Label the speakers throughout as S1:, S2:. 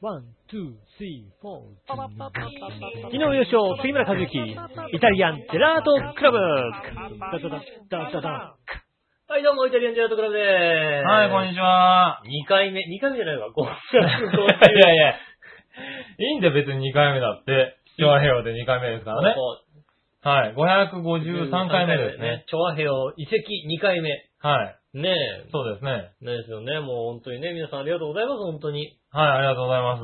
S1: ワン、ツー、スリー、フォー。
S2: 昨
S1: 昨日優勝、杉村和之、イタリアンジェラートクラブ。ダダダダダダはい、どうも、イタリアンジェラートクラブでーす。
S2: はい、こんにちは。
S1: 2回目、2回目じゃないわ、5
S2: いやいや、いいんだよ、別に2回目だって。調和平和で2回目ですからね。はい、553回目ですね。。
S1: 調和平を遺跡2回目。
S2: はい、
S1: ねえ。
S2: そうですね。
S1: ねえですよね。もう本当にね、皆さんありがとうございます、本当に。
S2: はい、ありがとうございま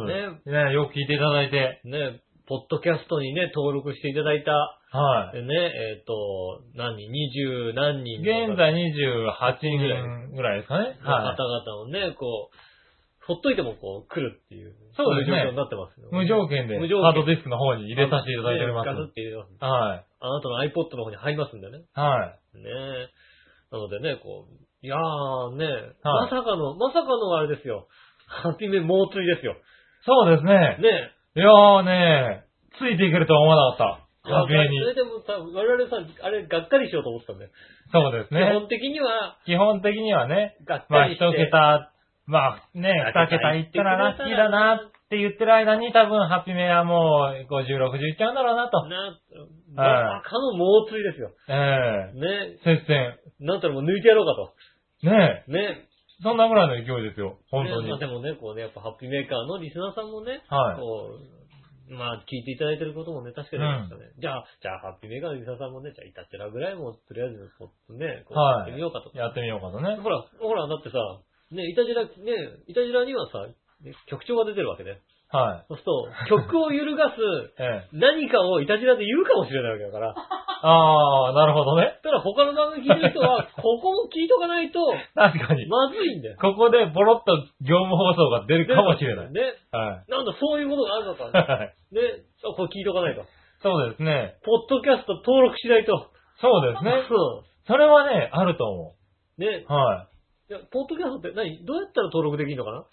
S2: す。ね、よく聞いていただいて。
S1: ねえ、ポッドキャストにね、登録していただいた、
S2: は
S1: でね、えっ、と、何人、二十何
S2: い。
S1: 人の
S2: 現在28人ぐらいですかね。
S1: 方
S2: は
S1: 々をね、こう、ほっといてもこう、来るっていう、
S2: そうですね
S1: い状況になってますよ
S2: い。無条件で、ハ
S1: 無条件
S2: ードディスクの方に入れさせていただいておりま
S1: ねガツッ
S2: す。
S1: て入れます
S2: は
S1: あなたの iPod の方に入りますんでね。
S2: い。はい。
S1: ねえ。なのでね、こう、いやーね、ま
S2: はい
S1: さかの、まさかのあれですよ。ハッピーメ猛追ですよ。
S2: そうですね。
S1: ねえ。
S2: いやーねついていけるとは思わなかった。
S1: あ
S2: 学園に
S1: そ。れでもさ、我々さ、あれ、がっかりしようと思ってたんだよ。
S2: そうです
S1: 基
S2: ね。
S1: 本的には、
S2: 基本的にはね、
S1: がっ
S2: ま
S1: か
S2: あ
S1: りし
S2: 一
S1: て。
S2: 桁、まあね、二桁いったらラッキーだなって言ってる間に多分ハッピメはもう50、60いっちゃうんだろうなと。
S1: な、まさかの猛追ですよ。
S2: え
S1: ね
S2: え、接戦。
S1: なんたらもう抜いてやろうか
S2: ねえ、
S1: と。ね。
S2: そんなぐらいの勢いですよ、本当
S1: ね
S2: に。
S1: まあ
S2: は
S1: でもね、こうね、やっぱハッピーメーカーのリスナーさんもね、
S2: はい
S1: こう、まあ聞いていただいてることもね、確かにありましたね。じゃあ、じゃあハッピーメーカーのリスナーさんもね、じゃあイタチラぐらいもとりあえずこうね、こうやってみようかと。
S2: い。やってみようかとね。
S1: ほら、ほら、だってさ、ね、イタジラ、ね、イタジラにはさ、ね曲調が出てるわけね。
S2: は
S1: そうすると、曲を揺るがす
S2: い。ええ。
S1: 何かをイタジラで言うかもしれないわけだから。
S2: ああ、なるほどね。
S1: ただ他の番組聞いてる人 は、ここも聞いとかないと、
S2: 確かに。
S1: まずいんだよ。
S2: ここでボロッと業務放送が出 るかもしれない。
S1: ね。
S2: は
S1: なんだ、そういうことがあるのか。
S2: い。はい。
S1: ね。あこれ聞いとかないと。
S2: そうですね。
S1: ポッドキャスト登録しないと。
S2: そうですね。
S1: そ
S2: それはね、あると思
S1: う。ね。
S2: う。は
S1: い
S2: い。
S1: やポッドキャストって何どうやったら登録できるのかな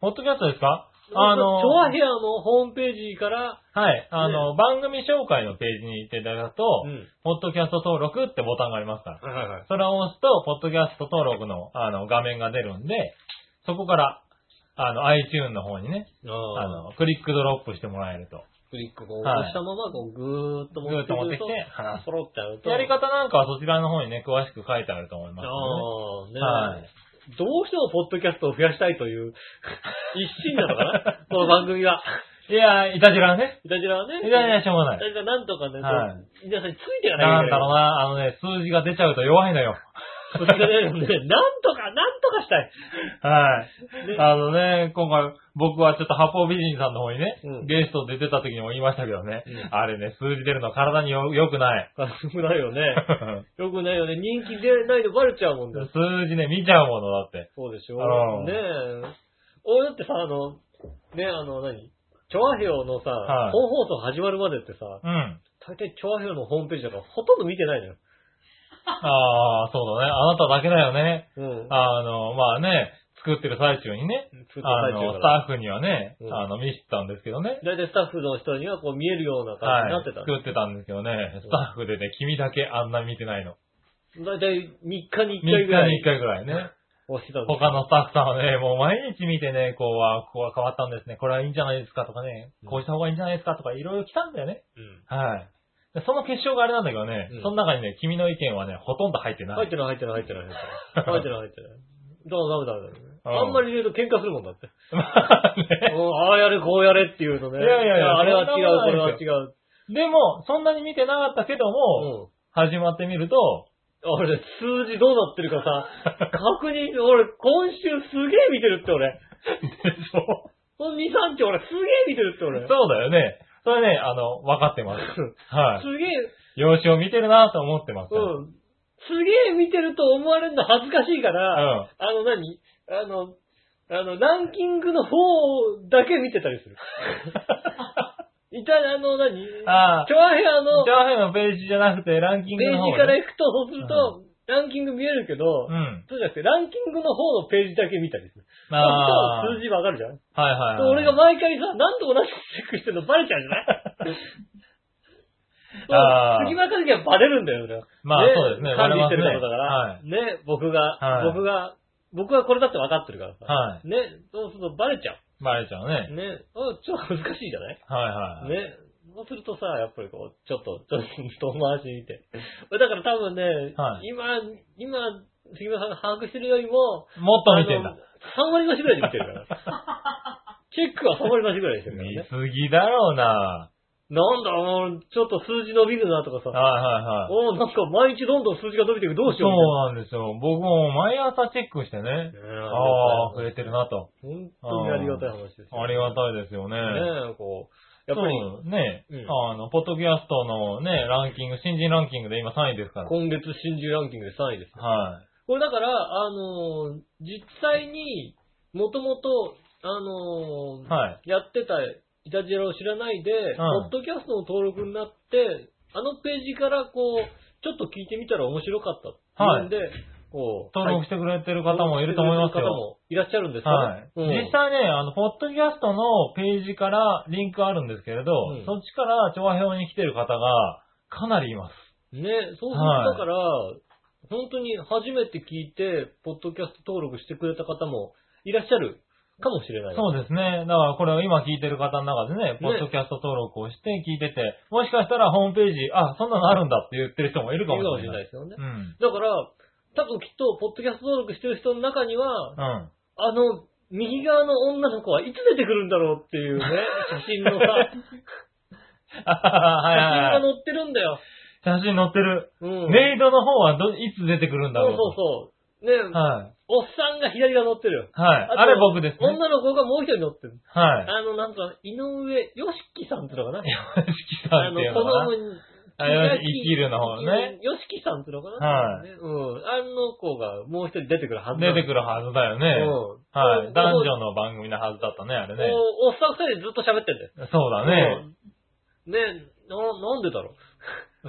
S2: ポッドキャストですかあの、
S1: チョアヘアのホームページから、
S2: はい。あの、番組紹介のページに行っていただくと、
S1: ん。
S2: ポッドキャスト登録ってボタンがありますから。
S1: はいはいはい。
S2: それを押すと、ポッドキャスト登録の、あの、画面が出るんで、そこから、あの、iTune の方にね、あ
S1: あの、
S2: の、クリックドロップしてもらえると。
S1: クリックを押したまま、こう、ぐーっと持ってくると
S2: ぐーっと持ってきてはい
S1: ポロってやると。
S2: やり
S1: あ
S2: 方なんかはそちらの方にね、詳しく書いてあると思いますの
S1: あー、
S2: で
S1: ね。
S2: ね。はい。
S1: どうしてもポッドキャストを増やしたいという 一心なのかなこの番組は。
S2: いや、いたじらね。
S1: イタジラはね。
S2: いたじらはしょうが
S1: イ
S2: な
S1: タジ
S2: い。
S1: ラなんとかね、
S2: は
S1: 皆さんについていかなとい
S2: ないん
S1: け
S2: だろう
S1: ない。
S2: な、あのね、数字が出ちゃうと弱いのよ。
S1: そっちが出 るんで、なんとか、なんとかしたい。
S2: はい
S1: ね。
S2: あのね、今回、僕はちょっと八方美人さんの方にね、
S1: うん
S2: ゲストで出てた時にも言いましたけどね、
S1: うん
S2: あれね、数字出るの体によ良くない。
S1: よくないよね。よくないよね。人気出ないとバレちゃうもんだよ。
S2: 数字ね、見ちゃうものだって。
S1: そうでしょ
S2: うん
S1: ねえ。俺だってさ、あの、ねあの何、チョアヘオのさ、
S2: はい
S1: 本放送始まるまでってさ、
S2: うん。
S1: 大体チョアヘオのホームページだからほとんど見てないのよ。
S2: ああ、そうだね。あなただけだよね。
S1: うん。
S2: あの、まあね、作ってる最中にね、
S1: 作った
S2: あ
S1: 最中
S2: の、
S1: だ
S2: ス
S1: から
S2: タッフにはね、
S1: うん
S2: あの、見せてたんですけどね。
S1: 大体スタッフの人にはこう見えるような感じ
S2: は
S1: に
S2: い
S1: なってた。。
S2: 作ってたんですけどね、スタッフでね、君だけあんな見てないの。
S1: 大体3日に
S2: 3
S1: 1回
S2: 日
S1: ぐら
S2: に1
S1: い
S2: 回ぐらいね。
S1: 押してたんですよ
S2: 他のスタッフさんはね、もう毎日見てね、こうは、ここは変わったんですね。これはいいんじゃないですかとかね
S1: う、ん
S2: こうした方がいいんじゃないですかとか、いろいろ来たんだよね。
S1: うん
S2: はい。でその結晶があれなんだけどね、
S1: うん
S2: その中にね、君の意見はね、ほとんど入ってな
S1: 入っ
S2: い。
S1: てない入ってない入ってない。入ってない入ってない。だからダメダメダメ。
S2: うん
S1: あんまり入れると喧嘩するもんだって。
S2: まあね
S1: うんああやれこうやれっていうとね。
S2: いやいやいや
S1: あれは違う、これ
S2: そんなことな
S1: はい
S2: で
S1: 違う。
S2: でも、そんなに見てなかったけども、
S1: うん。
S2: 始まってみると、
S1: あれ、数字どうなってるかさ、確認、俺、今週すげえ見てるって俺。
S2: そう
S1: この2、3日俺すげえ見てるって俺。
S2: そうだよね。それね、あの、分かってます。はい。
S1: すげえ、
S2: 様子を見てるなと思ってます。
S1: うん。すげえ見てると思われるの恥ずかしいから、
S2: うん
S1: あの何あの、あの、ランキングの方だけ見てたりす る。いた、あの何
S2: ああ、
S1: チョアヘアの
S2: ジャーヘイのページじゃなくて、ランキング
S1: ペー
S2: の方、ね。
S1: ジから行くと、そうすると、ランキング見えるけど、
S2: うん。
S1: そうじゃなくて、ランキングの方のページだけ見たりする。
S2: ああ、
S1: そうすると数字わかるじゃん
S2: はいはい、はい。
S1: 俺が毎回さ、なんで同じことチェックしてるのバレちゃうじゃない
S2: あー
S1: そう、隙間関係はバレるんだよ、俺は。
S2: まあそうですね
S1: 管理してることだか
S2: バ
S1: ら。ね、僕が
S2: は、い
S1: 僕が、僕はこれだって分かってるからさ。
S2: はい。
S1: ね、そうするとバレちゃう。
S2: バレちゃうね。
S1: ね、あちょっと難しいじゃない
S2: はいはい。
S1: ね。そうするとさ、やっぱりこう、ちょっと、ちょっと遠回しにって。だから多分ね、
S2: はい
S1: 今、今、杉村さんが把握してるよりも、
S2: もっと見てんだ。
S1: あの3割増しぐらいで見てるから。 チェックは3割増しぐらいでしてるから
S2: 見
S1: ね。
S2: すぎだろうな。
S1: なんだ、もう、ちょっと数字伸びるなとかさ。
S2: はいはいはい。
S1: おおなんか毎日どんどん数字が伸びていく、どうし
S2: そう
S1: よう
S2: なんですよ。僕も毎朝チェックしてね
S1: み。たいな。ねえ
S2: ああ、増えてるなと。
S1: 本当にありがたい話ですよ、
S2: ありがたいですよね。
S1: ねえ、こう。やっぱり、
S2: そうね、
S1: うん
S2: あの、ポッドキャストのね、ランキング、新人ランキングで今3位ですから。
S1: 今月新人ランキングで3位です。
S2: はい。
S1: これだから、あのー実際に、もともと、あのー
S2: はい。
S1: やってたイタジェラを知らないで、
S2: ん
S1: ポッドキャストの登録になって、あのページからこう、ちょっと聞いてみたら面白かったっていうんで、こう、
S2: 登録してくれてる方もいると思います
S1: 登録してくれて
S2: よ。
S1: る方もいらっしゃるんですか
S2: はい。
S1: ね。うん
S2: 実際ね、あの、ポッドキャストのページからリンクあるんですけれど、
S1: うん
S2: そっちから調和表に来てる方がかなりいます。
S1: ね、そうすると
S2: はい
S1: だから、本当に初めて聞いて、ポッドキャスト登録してくれた方もいらっしゃるかもしれない。
S2: そうですね。だからこれを今聞いてる方の中でね、ポッドキャスト登録をして聞いてて、もしかしたらホームページ、あ、そんなのあるんだって言ってる人もいるか
S1: いるか
S2: も
S1: も
S2: し
S1: し
S2: れ
S1: れないい
S2: な。
S1: ですよね。
S2: うん。
S1: だから、多分きっと、ポッドキャスト登録してる人の中には、
S2: うん。
S1: あの、右側の女の子はいつ出てくるんだろうっていう ね、写真のさ、
S2: あはは
S1: 写真
S2: は
S1: が
S2: は
S1: 載ってるんだよ。
S2: 写真載ってる。
S1: うん。
S2: メイドの方はど、いつ出てくるんだ
S1: そう
S2: ろう。
S1: そうそう。ね、
S2: はい。
S1: おっさんが左側乗ってるよ。
S2: はい。
S1: と
S2: あれ僕ですね。
S1: 女の子がもう一人乗ってる。
S2: はい。
S1: あの、なんか、井上よしきさんって のかな
S2: 山敷さ
S1: あ
S2: んっ
S1: の
S2: ていう、
S1: 子
S2: のかな
S1: 供に、
S2: あよし生きるの方ね。
S1: よしきさんってのかな
S2: はい
S1: ねうん。あの子がもう一人出てくるはず
S2: 出てくる
S1: ず。
S2: はずだよね。
S1: うん。
S2: はい。男女の番組のはずだったね、あれね。
S1: おおっさん二人でずっと喋ってんだよ。
S2: そうだね。
S1: うん。ねな、なんでだろう。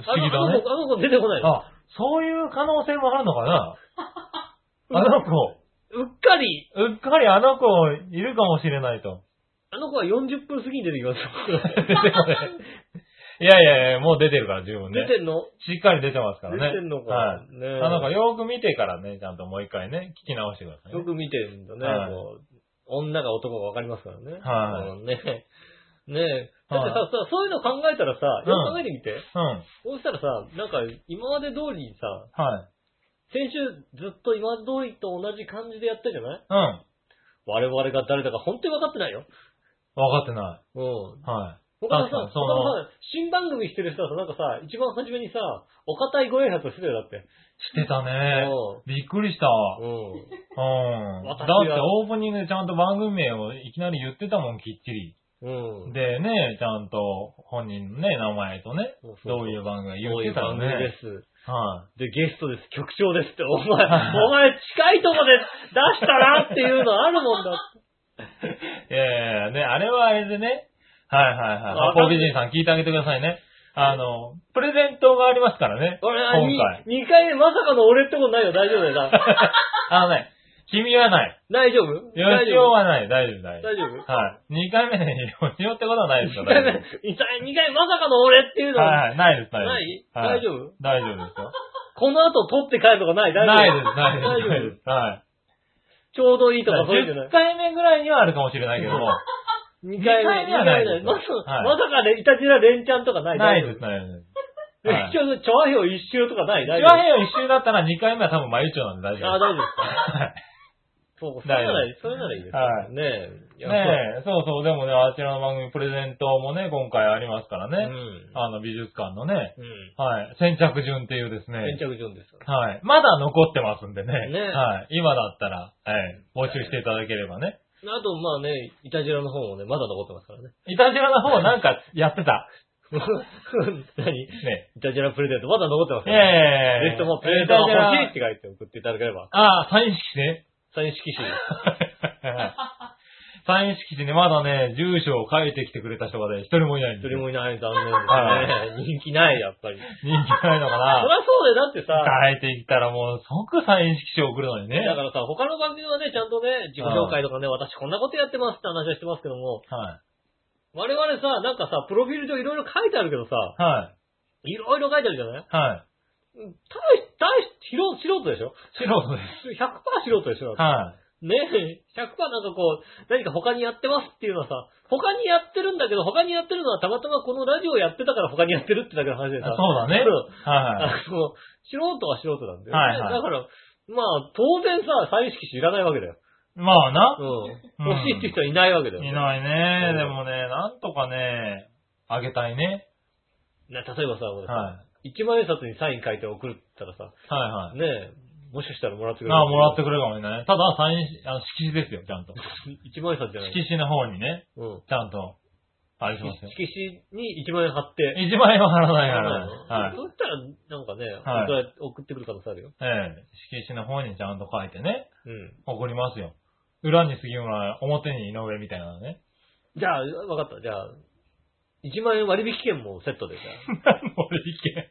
S2: 不思
S1: あの
S2: 議
S1: あ
S2: だ
S1: の
S2: ね
S1: 子、。あの子出てこないの。
S2: あ、そういう可能性もあるのかな
S1: うん
S2: あの子、
S1: うっかり、
S2: うっかりあの子いるかもしれないと。
S1: あの子は40分過ぎに出てきます。
S2: 出てこない。いやいやいや、もう出てるから十分 ね
S1: 出。てんの
S2: しっかり出てますからね。
S1: 出てんのか。
S2: はい。
S1: ね
S2: あの子よく見てからね、ちゃんともう一回ね、聞き直してくださいね、
S1: よく見てるんだね。
S2: はい
S1: もう女が男がわかりますからね。
S2: はい
S1: い。ね ねえ。だってさ、
S2: は
S1: さそういうの考えたらさ、
S2: うん
S1: よく考えてみて。
S2: うん。は
S1: そうしたらさ、なんか今まで通りにさ、
S2: い。
S1: 先週ずっと今まで通りと同じ感じでやったじゃない
S2: うん。
S1: 我々が誰だか本当に分かってないよ。
S2: わかってな
S1: うん。
S2: い。は
S1: 他のさ他
S2: 確かに、そ
S1: の
S2: の
S1: さ、新番組してる人はさ、なんかさ、一番初めにさ、お堅いご挨拶してたよ、だって。
S2: い。してたね。びっくりした。うん。
S1: うん。うん。
S2: だっ
S1: 私
S2: て
S1: は
S2: オープニングでちゃんと番組名をいきなり言ってたもん、きっちり。
S1: うん。
S2: でね、ちゃんと本人のね、名前とね、
S1: そうそう
S2: どういう番組が言
S1: こう
S2: っ
S1: い
S2: て
S1: う
S2: たの
S1: 番組で
S2: ね。
S1: す。
S2: は
S1: で、ゲストです、局長ですって、お前、 お前、近いとこで出したなっていうのあるもんだ って。
S2: い。いやいやいやね、あれはあれでね。はいはいは
S1: わ
S2: い。八
S1: かん
S2: 方美人さん聞いてあげてくださいね。あの、プレゼントがありますからね。
S1: 俺、
S2: 今回。
S1: 2回目まさかの俺ってことないよ、大丈夫だよな。
S2: あのね、君はない。
S1: 大丈夫
S2: よ
S1: 大
S2: しお
S1: 丈夫
S2: はない。大丈夫、大丈
S1: 大丈
S2: 夫。はい。二回目でよしおってことはないです
S1: 夫 ?2
S2: から
S1: 回目
S2: 大丈夫、
S1: 2回目まさかの俺っていうの
S2: はい
S1: は
S2: はい、ないです、な
S1: ない
S2: で
S1: い
S2: す。はい
S1: 大丈夫
S2: 大丈夫ですよ。
S1: この後撮って帰るとかない大丈夫
S2: ないです、ないです。
S1: 大丈夫
S2: ないですはい。
S1: ちょうどいいと
S2: だか
S1: からそういうんじゃない
S2: 10回目ぐらいにはあるかもしれないけども、
S1: 二回目、
S2: 二回
S1: 二
S2: 目
S1: 回
S2: はない
S1: 目。
S2: です
S1: まさ
S2: はい
S1: まさかね、いたじら連チャンとかない
S2: ない
S1: 大
S2: で
S1: 丈
S2: す、ないです。
S1: 夫
S2: はい
S1: 一応、調和表一周とかない大
S2: 一
S1: 丈夫
S2: 話編を一周だったら2回目は多分眉町なんで大丈
S1: あ、
S2: 夫で
S1: 大丈夫です
S2: す。はい
S1: そう、それならいい、それならいいですよ。
S2: はい
S1: ねえ。いや
S2: ねえ、そうそう、でもね、あちらの番組プレゼントもね、今回ありますか
S1: そ
S2: ら
S1: う
S2: ね。あの、美術館のね、
S1: うん。うん。
S2: はい、先着順っていうです
S1: 先
S2: ね。
S1: 着順ですから。
S2: はい。まだ残ってますんでね。
S1: ね
S2: はい。今だったら、はい。募集していただければね。
S1: あと、まあね、いたじらの方もね、まだ残ってます からね。
S2: いたじらの方なんかやってた。
S1: 何
S2: ね。
S1: いたじらプレゼント、まだ残ってます
S2: え
S1: から。
S2: え。
S1: ぜひともプレゼントが欲しいって書いて送っていただければ。
S2: ああ、サイン式ね。
S1: サイン色紙。
S2: サイン式紙ね、まだね、住所を書いてきてくれた人がね、一人もいない
S1: 一
S2: んです
S1: 人も
S2: よ。
S1: いない、残念ですね。人気ない、やっぱり。そり
S2: 人気ないの か
S1: ゃ
S2: な
S1: そうで、だってさ、
S2: 書いてきたらもう即サイン式紙送るのにね。
S1: だからさ、他の番組はね、ちゃんとね、自己紹介とかね、私こんなことやってますって話はしてますけども、
S2: は
S1: 我々さ、なんかさ、プロフィール上いろいろ書いてあるけどさ、
S2: い。はい
S1: ろいろ書いてあるじゃない。
S2: い。
S1: 大し、大し、素人素人でしょ
S2: はい。素人です。
S1: ?100% 素人でしょ、
S2: は
S1: ねえ、100%なんかこう、何か他にやってますっていうのはさ、他にやってるんだけど、他にやってるのはたまたまこのラジオをやってたから他にやってるってだけの話で
S2: そ
S1: さ。
S2: うだ
S1: ん
S2: ね。はいはい。
S1: あの、素人は素人なんだよね。
S2: はいはい
S1: だから、まあ、当然さ、再意識知らないわけだよ。
S2: まあな。
S1: うん。
S2: うん
S1: 欲しいって人はいないわけだよね、
S2: いないね。
S1: うん
S2: でもね、なんとかね、あげたいね。
S1: な例えばさ、俺
S2: は
S1: さ、1万円札にサイン書いて送ったらさ、
S2: はいはい。
S1: ねえ、もしかしたらもらってくれる。
S2: ああ、もらってくれるかもしれないね。ただ、サインし、あの、色紙ですよ、ちゃんと。
S1: 1万円札じゃない。
S2: 色紙の方にね、
S1: うん。
S2: ちゃんと、あれしますよ。
S1: 色紙に1万円貼って。
S2: 1万円は払わないからね。は い。
S1: そうしたら、なんかね、
S2: はい
S1: 本当は送ってくる可能性あるよ。
S2: ええ、色紙の方にちゃんと書いてね、
S1: うん。
S2: 送りますよ。裏に杉村、表に井上みたいな のね。
S1: じゃあ、わかった。じゃあ、1万円割引券もセッ トでさ、
S2: 何の割引券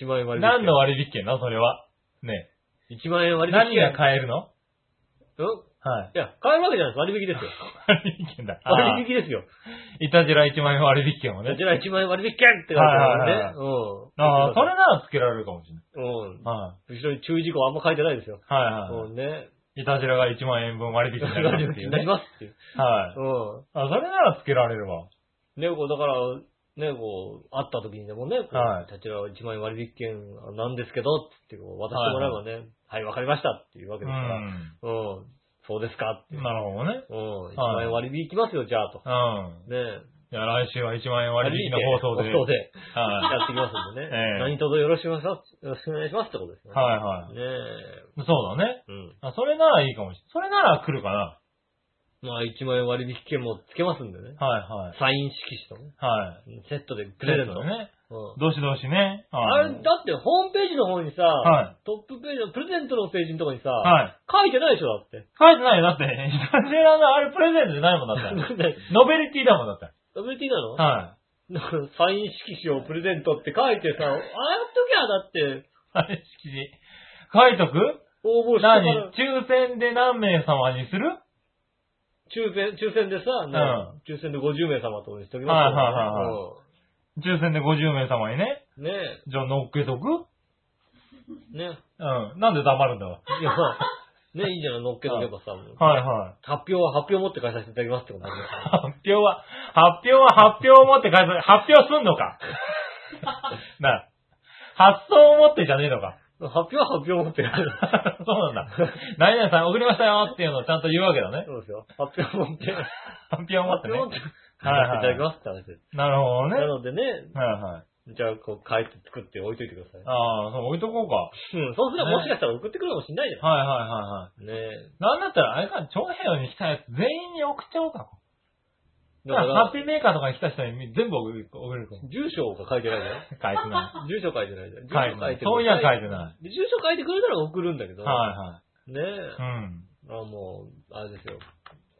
S1: 1万円割引券。
S2: 何の割引券な、それは。ね
S1: 1万円
S2: え
S1: 割引
S2: 何
S1: 券。
S2: が買えるの
S1: うん
S2: はい。
S1: いや、買えるわけじゃないです。割引ですよ。
S2: 割引券だ。
S1: 割引ですよ。
S2: 引いたじら1万円割引券をね
S1: こち。ら1万円割引券って書いてあるね。
S2: はいはい
S1: うん。
S2: ああ、それならつけられるかもしれない。
S1: うん。
S2: は
S1: 後ろに注意事項あんま書いてないですよ。
S2: い。はい
S1: う
S2: は
S1: んね。
S2: い。いたじらが1万円分割引になりますって
S1: に
S2: いう
S1: なり
S2: ね。
S1: ますっていう。う
S2: はい。あ、それならつけられる
S1: ん。
S2: わ。
S1: ね、こう、だから、ね、こう、会った時にでもね、こう
S2: はい
S1: こちらは1万円割引券なんですけど、ってこう渡してもらえばね、はい、わかりましたっていうわけ
S2: う
S1: ですから。うん。
S2: ん。
S1: そうですかっていう。
S2: なるほどね。
S1: うん。1万円割引いきますよ、じゃあ、と。
S2: うん。
S1: ね
S2: じゃあ来週は1万円割引の放送で。
S1: 放送で。
S2: はい。
S1: やってきますんでね。
S2: ええ
S1: 何卒よろしくお願いします。よろしくお願いしますってことですね。
S2: はいはい。
S1: ねえ。
S2: そうだね。
S1: うん。
S2: あ、それならいいかもしれない。それなら来るかな。
S1: まあ、1万円割引券もつけますんでね。
S2: はいはい。
S1: サイン色紙とね。
S2: はい。
S1: セットでプレゼント。
S2: だね。
S1: うん
S2: どしどしね。
S1: あ
S2: は
S1: れ、だ
S2: い
S1: ってホームページの方にさ、
S2: は
S1: トップページのプレゼントのページのとこにさ、
S2: はい。
S1: 書いてないでしょ、だって。
S2: 書いてないよ。だって、ひたじらのあれプレゼントじゃないもんだって。 ノベリティだもんだって。
S1: WT なの
S2: は
S1: なんかサイン色紙をプレゼントって書いてさ、ああやっときゃだって、
S2: い。あれ、式に。書いとく
S1: 応募してか
S2: 何
S1: ら、
S2: 抽選で何名様にする
S1: 抽選、抽選でさ、な抽選で50名様としておきますよ
S2: はいはいはい抽選で50名様にね。
S1: うんね
S2: じゃあ乗っけとく
S1: え、ね
S2: うん。なんで黙るんだわ。
S1: え。いや、まあねいいんじゃない乗っけとけばさ、
S2: はいはい。
S1: 発表は発表持って返させていただきますってことなんで。
S2: 発表は、発表は発表を持って返す。発表すんのか なあ、発想を持ってじゃねえのか。
S1: 発表は発表持って返す。
S2: そうなんだ。何々さん送りましたよっていうのをちゃんと言うわけだね。
S1: そうですよ。発表持って。
S2: 発表を持ってね
S1: 発表。持って
S2: はい
S1: いた
S2: は
S1: だき
S2: い。
S1: ますって話です。
S2: なるほどね。
S1: なのでね、
S2: はいはい。
S1: じゃあ、こう、書いて作って置いといてください。
S2: ああ、そう置いとこうか。
S1: うん、そうすれば
S2: ね
S1: もしかしたら送ってくるかもしんないじゃ
S2: はいはいはいはい。
S1: ん。ねえ。
S2: なんだったら、あれか、長編に来たやつ全員に送っちゃおうか。
S1: だか
S2: ハ
S1: ら
S2: ッ、ピーメーカーとかに来た人に全部送る 送るか。
S1: 住所が書いてないじゃ。
S2: 書いてなん
S1: 住所書いてないじゃん。
S2: い。書いてない。そういや書いてな
S1: で住所書いてくれたら送るんだけ
S2: い。
S1: ど。
S2: は
S1: ね
S2: いは い。うん。
S1: え。あもう、あれですよ。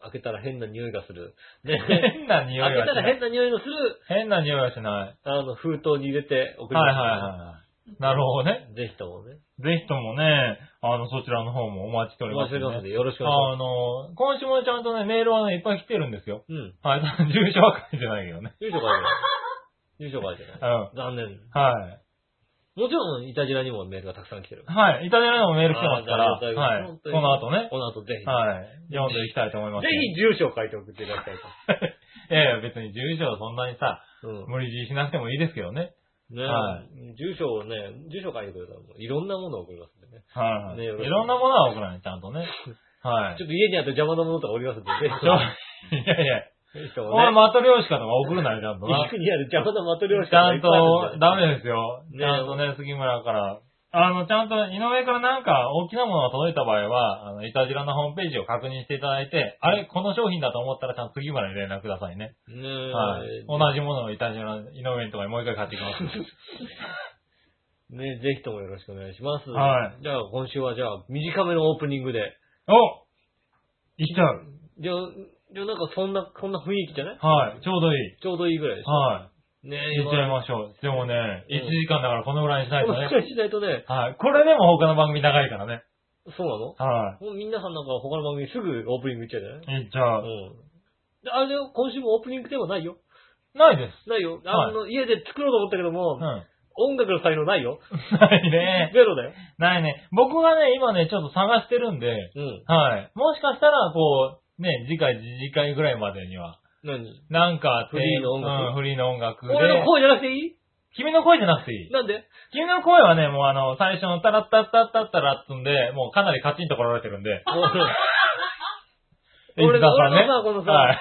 S1: 開けたら変な匂いがする。ねえ。
S2: 変な匂い
S1: 開け
S2: は
S1: た
S2: し
S1: ら
S2: ない。
S1: 変な匂いのする、
S2: 変な匂いはしない。
S1: あの、封筒に入れて送り
S2: はいはい
S1: ま
S2: はい。なるほどね。
S1: す。ぜひともね。
S2: ぜひともね、あの、そちらの方もお待ちしており
S1: お
S2: ま
S1: 待
S2: す
S1: ちしておりま
S2: んで、
S1: すので、よろしくお願いし
S2: あの、今週もちゃんとね、メールはね、いっぱい来てるんですよ。
S1: ます。うん。
S2: はい、 ただ住所は書いてないけどね。
S1: 住所書いてない。住所書いて
S2: う
S1: ない。
S2: ん。
S1: 残念。
S2: はい。
S1: もちろん、イタジラにもメールがたくさん来てる。
S2: はい、イタリアにもメール来てますから、
S1: ありがとうござ
S2: はい
S1: います本、当
S2: こ
S1: に
S2: の後ね、
S1: この後ぜひ。
S2: はい、読んでいきたいと思います。
S1: ぜひ住所を書いて送っていただきたい
S2: ひ。いやいや、別に住所はそんなにさ、
S1: と。うん。
S2: 無理強いしなくてもいいですけどね。
S1: ね、
S2: は
S1: 住所をね、住所書いてくれたらもういろんなものを送りますんでね。
S2: はい。
S1: ね
S2: い
S1: よろしく
S2: ろんなものは送らない、ちゃんとね。はい
S1: ちょ。っと家にあって邪魔なものとかおりますんで、ぜひ
S2: ちょいやいや、
S1: ぜひとも
S2: お前、
S1: ね。
S2: マトリョーシカとか送るなよ、ちゃんとな。
S1: 家にある邪魔なマトリョーシ
S2: ちゃんと、ダ
S1: メ。
S2: メですよ。
S1: ね
S2: ちゃんとね、杉村から。あの、ちゃんと、井上からなんか大きなものが届いた場合は、あの、いたじらのホームページを確認していただいて、あれ、この商品だと思ったら、ちゃんと杉村に連絡くださいね。
S1: ね
S2: はい。同じものをいたじら、井上のとかにもう一回買って きます。
S1: ね、ぜひともよろしくお願いします。
S2: はい。
S1: じゃあ、今週はじゃあ、短めのオープニングで。
S2: お行っちゃう。
S1: じゃあ、じゃあなんかそんな、こんな雰囲気じゃない
S2: はい。ちょうどいい。
S1: ちょうどいいぐらいでしょ。
S2: は
S1: ね
S2: い。
S1: 今
S2: 行っちゃいましょう。でもね、
S1: うん
S2: 1時間だからこのぐらいにしないと
S1: このくら
S2: ね。
S1: いしないとね、
S2: はい。これでも他の番組長いからね。
S1: そうなの
S2: は
S1: もう皆さんなんか他の番組すぐオープニングいっちゃうじゃない
S2: い。行っ
S1: うん。
S2: ちゃう。
S1: であれだよ、今週もオープニングテーマないよ。
S2: ないです。
S1: ないよ。
S2: は
S1: あ
S2: い
S1: の、家で作ろうと思ったけども、
S2: うん。
S1: 音楽の才能ないよ。
S2: ないね。
S1: ゼロだよ。
S2: ないね。僕がね、今ね、ちょっと探してるんで、
S1: うん。
S2: はい。もしかしたら、こう、ね、次回、次回ぐらいまでには、
S1: 何
S2: なんか、
S1: フリーの音楽
S2: うん、フリーの音楽で。
S1: 俺の声じゃなくていい
S2: 君の声じゃなくていい。
S1: なんで
S2: 君の声はね、もうあの、最初のタラッタッタッタッタラッつんで、もうかなりカチンと来られてるんで。
S1: 俺
S2: 石田さん
S1: 俺のさこのさ
S2: はい。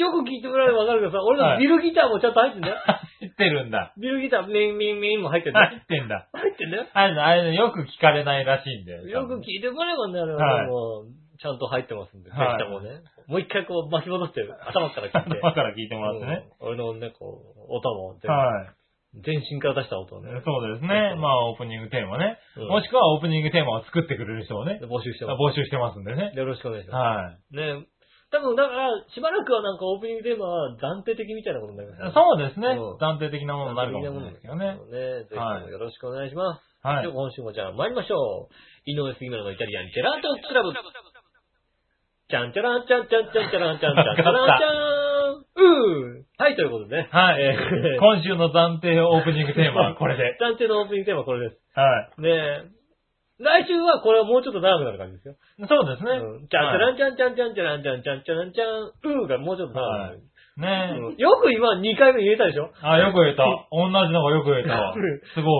S1: よく聞いてもらえばわかるけどさ、俺のビルギターもちゃんと入ってんだよ。
S2: 入ってるんだ。
S1: ビルギター、ミンミンミンも入ってんだよ
S2: 入。ってんだ。
S1: 入ってんだよ。
S2: あれ、あれ、よく聞かれないらしいんだよ。
S1: よく聞いてもらえばね、あれ
S2: はい
S1: もう、ちゃんと入ってますんで、ぜひ
S2: はい
S1: ともね。もう一回こう巻き戻って、頭から聞いて。
S2: 頭から聞いてもらってね。
S1: うん俺のね、こう、音も全部、
S2: はい。
S1: 全身から出した音をね、
S2: そうですね。まあ、オープニングテーマね。
S1: うん
S2: もしくはオープニングテーマを作ってくれる人をね、
S1: 募集してま
S2: 募集してますんでね
S1: す。。よろしくお願いしま
S2: はい。
S1: す。ね多分、だから、しばらくはなんかオープニングテーマは暫定的みたいなことになりますね。
S2: そうですね
S1: うん。
S2: 暫定的なものになるかもしれないですけどね。
S1: ね。ぜひともよろしくお願いします。
S2: は。
S1: ではい今週もじゃあ参りましょう。井上杉村のイタリアンジェラートクラブ。ちゃんちゃらんちゃんちゃんちゃんちゃらんちゃんちゃんちゃらんちゃん。うーん。はい、ということでね。
S2: はい
S1: えー。
S2: 今週の暫定オープニングテーマはこれで。
S1: 暫定のオープニングテーマ はこれです。
S2: はい。
S1: ねえ。来週はこれはもうちょっと長くなる感じですよ。
S2: そうですね
S1: うん。ちゃんちゃらんちゃんちゃんちゃんちゃらんちゃんちゃんちゃらんちゃん。うーがもうちょっと長くな
S2: ね
S1: る。うんよく今2回目言えたでしょ
S2: あ、よく言えた。同じのがよく言え たわ。すご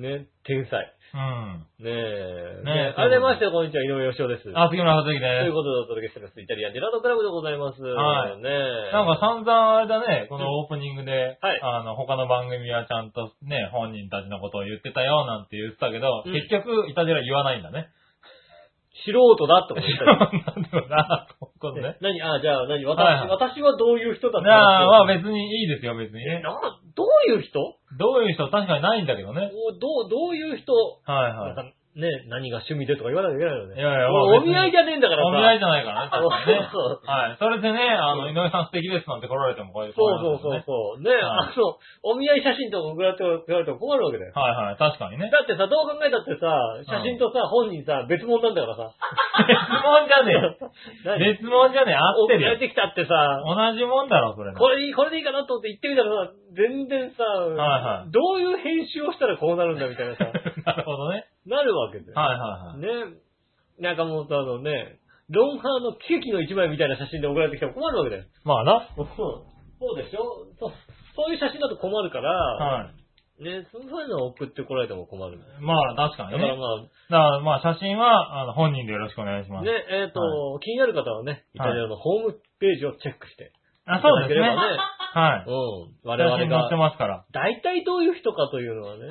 S2: い。
S1: ね、天才。
S2: うん。
S1: ねえ。
S2: ねえ
S1: ねえ。あれまして、こんにちは、井上義雄です。
S2: あ、杉村和之
S1: という
S2: で
S1: ことでお届けしてます。イタリアンジェラートクラブでございます。
S2: はい
S1: ね
S2: す。
S1: え
S2: なんか散々あれだね、このオープニングで、
S1: はい
S2: あの、他の番組はちゃんとね、本人たちのことを言ってたよなんて言ってたけど、
S1: うん
S2: 結局、いたじら言わないんだね。
S1: 素人だってこと言っ
S2: そ
S1: た
S2: う
S1: り
S2: なんだろうな、と思うことね
S1: ね。何あ、じゃあ何
S2: はいは
S1: 私、
S2: い
S1: 私はどういう人だった
S2: じゃあ、まあ
S1: 別
S2: 別にいいですよ、別にね。
S1: な、どういう人お
S2: どういう人確かにないんだけどね。
S1: どう、どういう人
S2: はい
S1: なんか
S2: は
S1: ね、何が趣味でとか言わなきゃいけないよね。
S2: いやいや
S1: もうお
S2: まあ別に
S1: 見合いじゃねえんだか
S2: い。
S1: らさ。
S2: お見合い
S1: い
S2: じゃないからね、確かにね。
S1: そうそう
S2: はい。それでね、あ
S1: う
S2: の、
S1: ん
S2: 井上さん素敵ですなんて来られてもこういう
S1: そうそうそう
S2: う。
S1: そう。ね、
S2: はい
S1: あ、そう。お見合い写真とか送られて送られても困るわけだよ。
S2: はいはい、確かにね。
S1: だってさ、どう考えたってさ、写真とさ、本人さ、別物なんだからさ。
S2: 別物じゃね
S1: 何
S2: え。 別物じゃねえ。合っ
S1: 送
S2: て
S1: られ
S2: るよ。
S1: てきたってさ、
S2: 同じもんだろ、それね。
S1: これいい、これでいいかなと思って行ってみたらさ、全然さ、
S2: はいはい
S1: どういう編集をしたらこうなるんだみたいなさ、
S2: なるほどね。
S1: なるわけで。
S2: はいはいはい。
S1: ね。なんかもうさ、あのね、ロンハーの奇跡の一枚みたいな写真で送られてきても困るわけだよ。
S2: まあな。
S1: そうそうでしょそうそういう写真だと困るから、
S2: はい。
S1: ね、そういうのを送ってこられても困る。
S2: まあ確か
S1: だか
S2: に
S1: ら
S2: ね。
S1: ま
S2: だからまあ写真は、あの、本人でよろしくお願いし
S1: あ、
S2: ます。
S1: ね、えっ、と、気になる方はね、イタリアのホームページをチェックして、
S2: あ、そうですね。
S1: いただければね
S2: はい。
S1: うん、
S2: 写
S1: 我々
S2: 真載って
S1: が、
S2: ますから。
S1: 大体どういう人かというの はね、
S2: うん。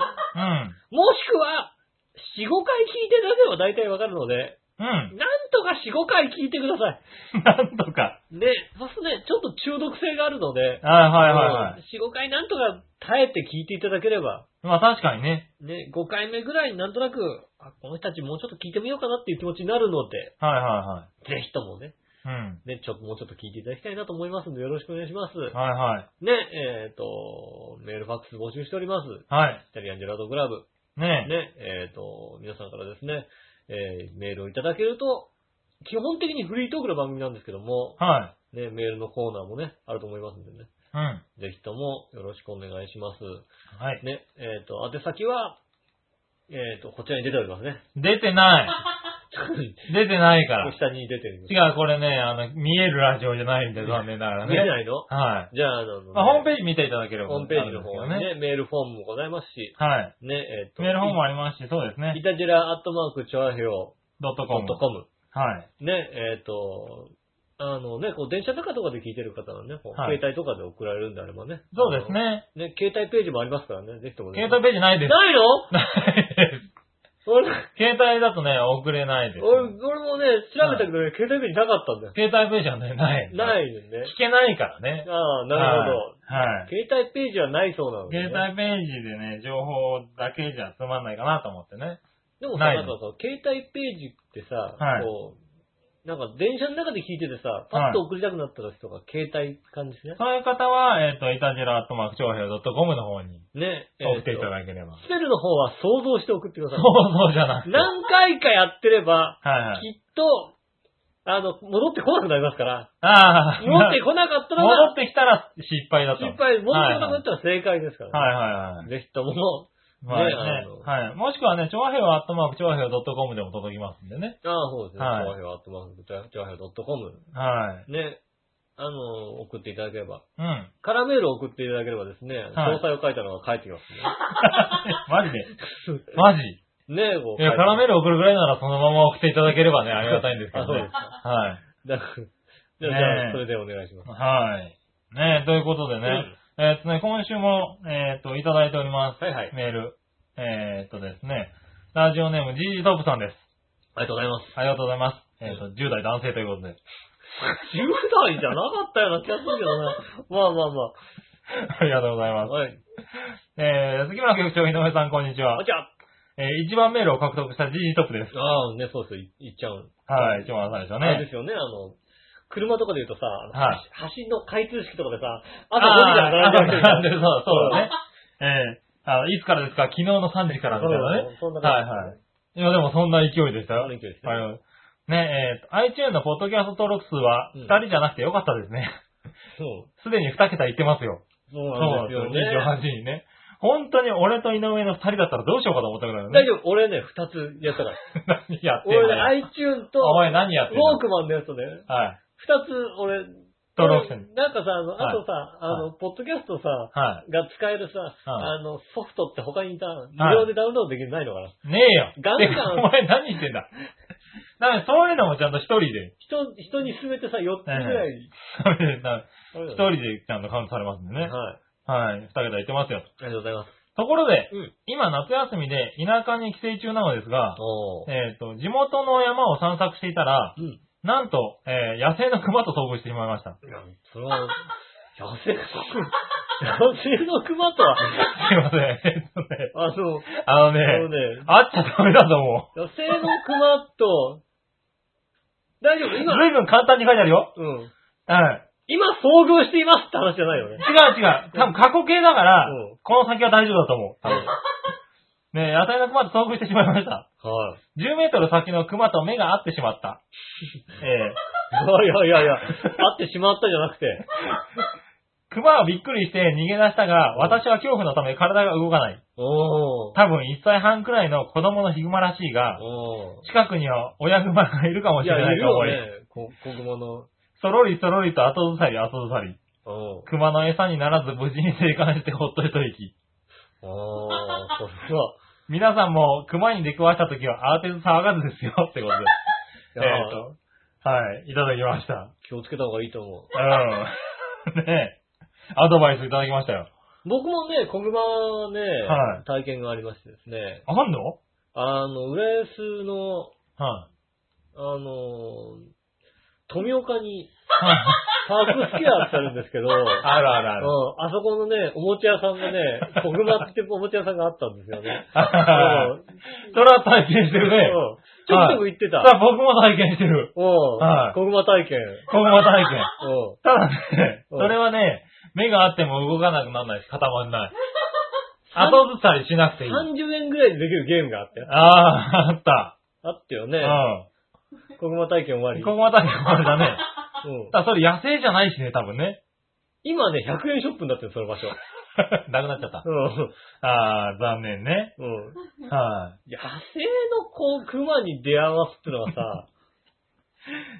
S1: もしくは、4、5回聞いていただければ大体わかるので、
S2: うん。
S1: なんとか4、5回聞いてくださ
S2: なんとか。
S1: い。で、そうするとね、ちょっと中毒性があるので、
S2: はいはいはいはい。
S1: 4、5回なんとか耐えて聞いていただければ、
S2: まあ確かにね。
S1: ね、5回目ぐらいになんとなく、あ、この人たちもうちょっと聞いてみようかなっていう気持ちになるので、
S2: はいは
S1: ぜひともね、
S2: いはい。うん。
S1: ね、ちょっともうちょっと聞いていただきたいなと思いますんで、よろしくお願いします。
S2: はいはい。
S1: ね、えっ、と、メールファックス募集しております。
S2: はい。
S1: イタリアンジェラードクラブ。
S2: ねえ。
S1: ね、えっ、と、皆さんからですね、えーメールをいただけると、基本的にフリートークの番組なんですけども、
S2: は
S1: ね、メールのコーナーもね、あると思いますんでね、
S2: い。うん。
S1: ぜひともよろしくお願いします。
S2: はい。
S1: ね、えっ、と、宛先は、えっ、と、こちらに出ておりますね。
S2: 出てない。出てない から。
S1: 下に出てる。
S2: 違う、これね、あの、見えるラジオじゃないんで、残念ながら
S1: 見え
S2: ね。
S1: ないの
S2: はい。
S1: じゃあ、あの、
S2: まあ、ホームペ
S1: ー
S2: ージ見ていただければ。
S1: ホームページの方に
S2: あるんですけど
S1: ね、メールフォームもございますし、
S2: はい。
S1: ね、えっ、と、
S2: メールフォームもありますし、そうですね
S1: イ。タジェラアットマークチョアヘオ
S2: ドット
S1: ド
S2: コ
S1: ッ
S2: ム。
S1: トコム。
S2: はい。
S1: ね、えっ、と、あのね、こう電車とかとかで聞いてる方はね、こう
S2: はい
S1: 携帯とかで送られるんであればね。
S2: そうですね。
S1: あの。ね、携帯ページもありますからね、ぜひともね。
S2: 携帯ページないです。
S1: ないの
S2: ないです
S1: 俺、
S2: 携帯だとね、送れないです。
S1: 俺俺もね、調べたけどね、携帯ページなかったんだよ。
S2: 携帯ページはね、ない。。
S1: ないいよね。
S2: 聞けないからね。
S1: ああ、なるほど。
S2: はい。
S1: 携帯ページはないそうなので、ね。
S2: 携帯ページでね、情報だけじゃつまんないかなと思ってね。
S1: でもさ、
S2: ない
S1: な
S2: の
S1: んかさ、携帯ページってさ、
S2: はい
S1: こう、なんか電車の中で聞いててさ、パッと送りたくなった人が携帯感じね。
S2: そういう方は、えっ、と、いたじらアットマーク長平 .com の方に
S1: ね。
S2: 送っていた
S1: えー
S2: だければ。
S1: とスペルの方は想像して送ってください。
S2: そうそうじゃなくて。
S1: 何回かやってれば、
S2: はいはい。
S1: きっと、あの、戻ってこなくなりますから、
S2: ああ。
S1: 戻ってこなかったの
S2: 戻
S1: が
S2: っ、てきたら失敗だと。
S1: 失敗、戻ってこなかったら正解ですから、
S2: はいはいはい。
S1: ぜひとも、
S2: まあ
S1: ね
S2: ね
S1: あの
S2: はい。もしくはね、調和平和アットマーク、調和平和 .com でも届きますんでね。
S1: ああ、そうですね。
S2: はい
S1: 調和票、アットマーク、調和票 .com。
S2: はい。
S1: ね。あの、送っていただければ。
S2: うん。
S1: カラーメールを送っていただければですね、詳細を書いたのが返ってきます
S2: マジで
S1: ね。
S2: マジい
S1: ねえ、こう。
S2: や、カラメ
S1: ー
S2: ール送るぐらいならそのまま送っていただけ ればね、ありがたいんですけ
S1: あ、そ
S2: ど
S1: う
S2: ね
S1: で。すか。
S2: はい。
S1: だから じゃあ、
S2: ねえ
S1: じゃあそれでお願いします。
S2: はい。ねということでね、
S1: うん
S2: えーっとね、今週も、えーっと、いただいております。
S1: はいはい
S2: メール。えーっとですね、ラジオネーム、ジージトップさんです。
S1: ありがとうございます。
S2: ありがとうございます。えーっと、10代男性ということで。
S1: 10代じゃなかったような気がするけどな。 まあまあま
S2: ありがとうござい
S1: あ。
S2: ます。
S1: はい。
S2: えー、杉村局長、井上さん、こんにちは
S1: あ、。じゃあ。
S2: えー、一番メールを獲得したジージトップです。
S1: ああ、ね、そうですよ。いいっちゃう。
S2: はい、一番最初
S1: あれで
S2: ね。
S1: すよね、あの、車とかで言うとさ、あの
S2: はい
S1: 橋の開通式とかでさ、
S2: あ
S1: 朝5時から並んでるみたい
S2: ーあー並んでる、そうそう だね。えー、あのいつからですか昨日の3時からみたいなね。
S1: そうそんな感じ。
S2: はいはいいや、でもそんな勢いでしたよ。
S1: そんな勢いでしたね
S2: はい。ねえーと、iTunes のポッドキャスト登録数は、
S1: うん
S2: 二人じゃなくてよかったですね。
S1: そう。
S2: すでに二桁いってますよ。
S1: そうなんですよね。
S2: なんですよ28人ね。本当に俺と井上の二人だったらどうしようかと思ったぐらいの
S1: 大
S2: ね。
S1: 丈夫、俺ね、二つやったから。
S2: 何やってんの
S1: 俺ね、
S2: よ
S1: iTune と、
S2: お
S1: ウ
S2: 前何やってんの
S1: ォークマンのやつとね、
S2: はい。
S1: 二つ俺、
S2: 登録してんの
S1: なんかさ、あの、
S2: はい
S1: あとさ、あの、ポッドキャストさ、
S2: は
S1: が使えるさ、
S2: は
S1: あの、ソフトって他にいた、無料でダウンロードできないのかな。
S2: い。ねえよ。
S1: ガンガン
S2: て かお前何言ってんだ。なんかそういうのもちゃんと一人で。
S1: 人、人に勧めてさ、四つぐらい。一
S2: 一人でちゃんとカウントされますんで
S1: は
S2: ね。
S1: い。
S2: はい。二桁いってますよ。
S1: ありがとうございます。
S2: ところで、
S1: うん
S2: 今夏休みで田舎に帰省中なのですが、
S1: おー。
S2: えっ、と、地元の山を散策していたら、
S1: うん。
S2: なんと、えー野生の熊と遭遇してしまいました。
S1: いや、それは、野生の熊、野生の熊 とは、
S2: すいません。えっとね、
S1: あの、
S2: あの
S1: あの
S2: ね、
S1: ね、
S2: 会っちゃダメだと思う。
S1: 野生の熊と、大丈夫、
S2: 随
S1: 今、
S2: 分簡単に書いてあるよ。
S1: うん。
S2: はい。
S1: 今遭遇していますって話じゃないよね。
S2: 違う違う。多分過去形だから
S1: うん、
S2: この先は大丈夫だと思う。多分ね野生の熊と遭遇してしまいました。
S1: は
S2: 10メートル先の熊と目が合ってしま った。え
S1: い。いやいやい や、会ってしまったじゃなくて、
S2: ー、熊はびっくりして逃げ出したが、私は恐怖のため体が動かない。
S1: おー。
S2: 多分1歳半くらいの子供のヒグマらしいが、
S1: お
S2: 近くには親グマがいるか
S1: ー。
S2: も
S1: い
S2: しれ
S1: や、
S2: ないい
S1: る
S2: と
S1: よ
S2: 思い、
S1: ね、こ小熊の、
S2: そろりそろりと後ずさり後ずさり、
S1: おー。
S2: 熊の餌にならず無事に生還してほっと一息。
S1: おー、それは、
S2: 皆さんも熊に出くわした時は慌てず騒がずですよ ってことで
S1: い
S2: え
S1: や
S2: っと、はい、いただきま した。
S1: 気をつけた方がいいと思う。
S2: うん。 ねえアドバイスいただきましたよ。
S1: 僕もね、小熊はね、
S2: はい
S1: 体験がありましてですね、
S2: あん の
S1: あの、浦安の、
S2: は
S1: あのー、富岡に
S2: い。はい
S1: パークスケアってあるん ですけど、うん、あ
S2: あるあるあ る。
S1: そこのね、おもちゃ屋さんがね、小熊っておもちゃ屋さんがあったんですよね。うん
S2: それは体験してるね。
S1: うんちょくちょく行ってた。
S2: さあ、僕も体験して る。
S1: うん
S2: はい
S1: 小熊体験。
S2: 今後体験。
S1: うん
S2: ただね、
S1: うん
S2: それはね、目があっても動かなくならないし、固まんない。
S1: 三
S2: 後ずさりし なくていい。
S1: 30円ぐらいでできるゲームがあって。
S2: ああー、あった。
S1: あったよ
S2: う
S1: ね。
S2: ん。
S1: 小熊体験終わり。
S2: ここまたあれだ ね。
S1: うん
S2: ただそれ野生じゃないしね、多分ね。
S1: 今ね、100円ショップになってる、その場所。
S2: なくなっちゃった。
S1: うん
S2: ああ、残念ね。
S1: うん
S2: は
S1: 野生の子、熊に出会わすってのがさ、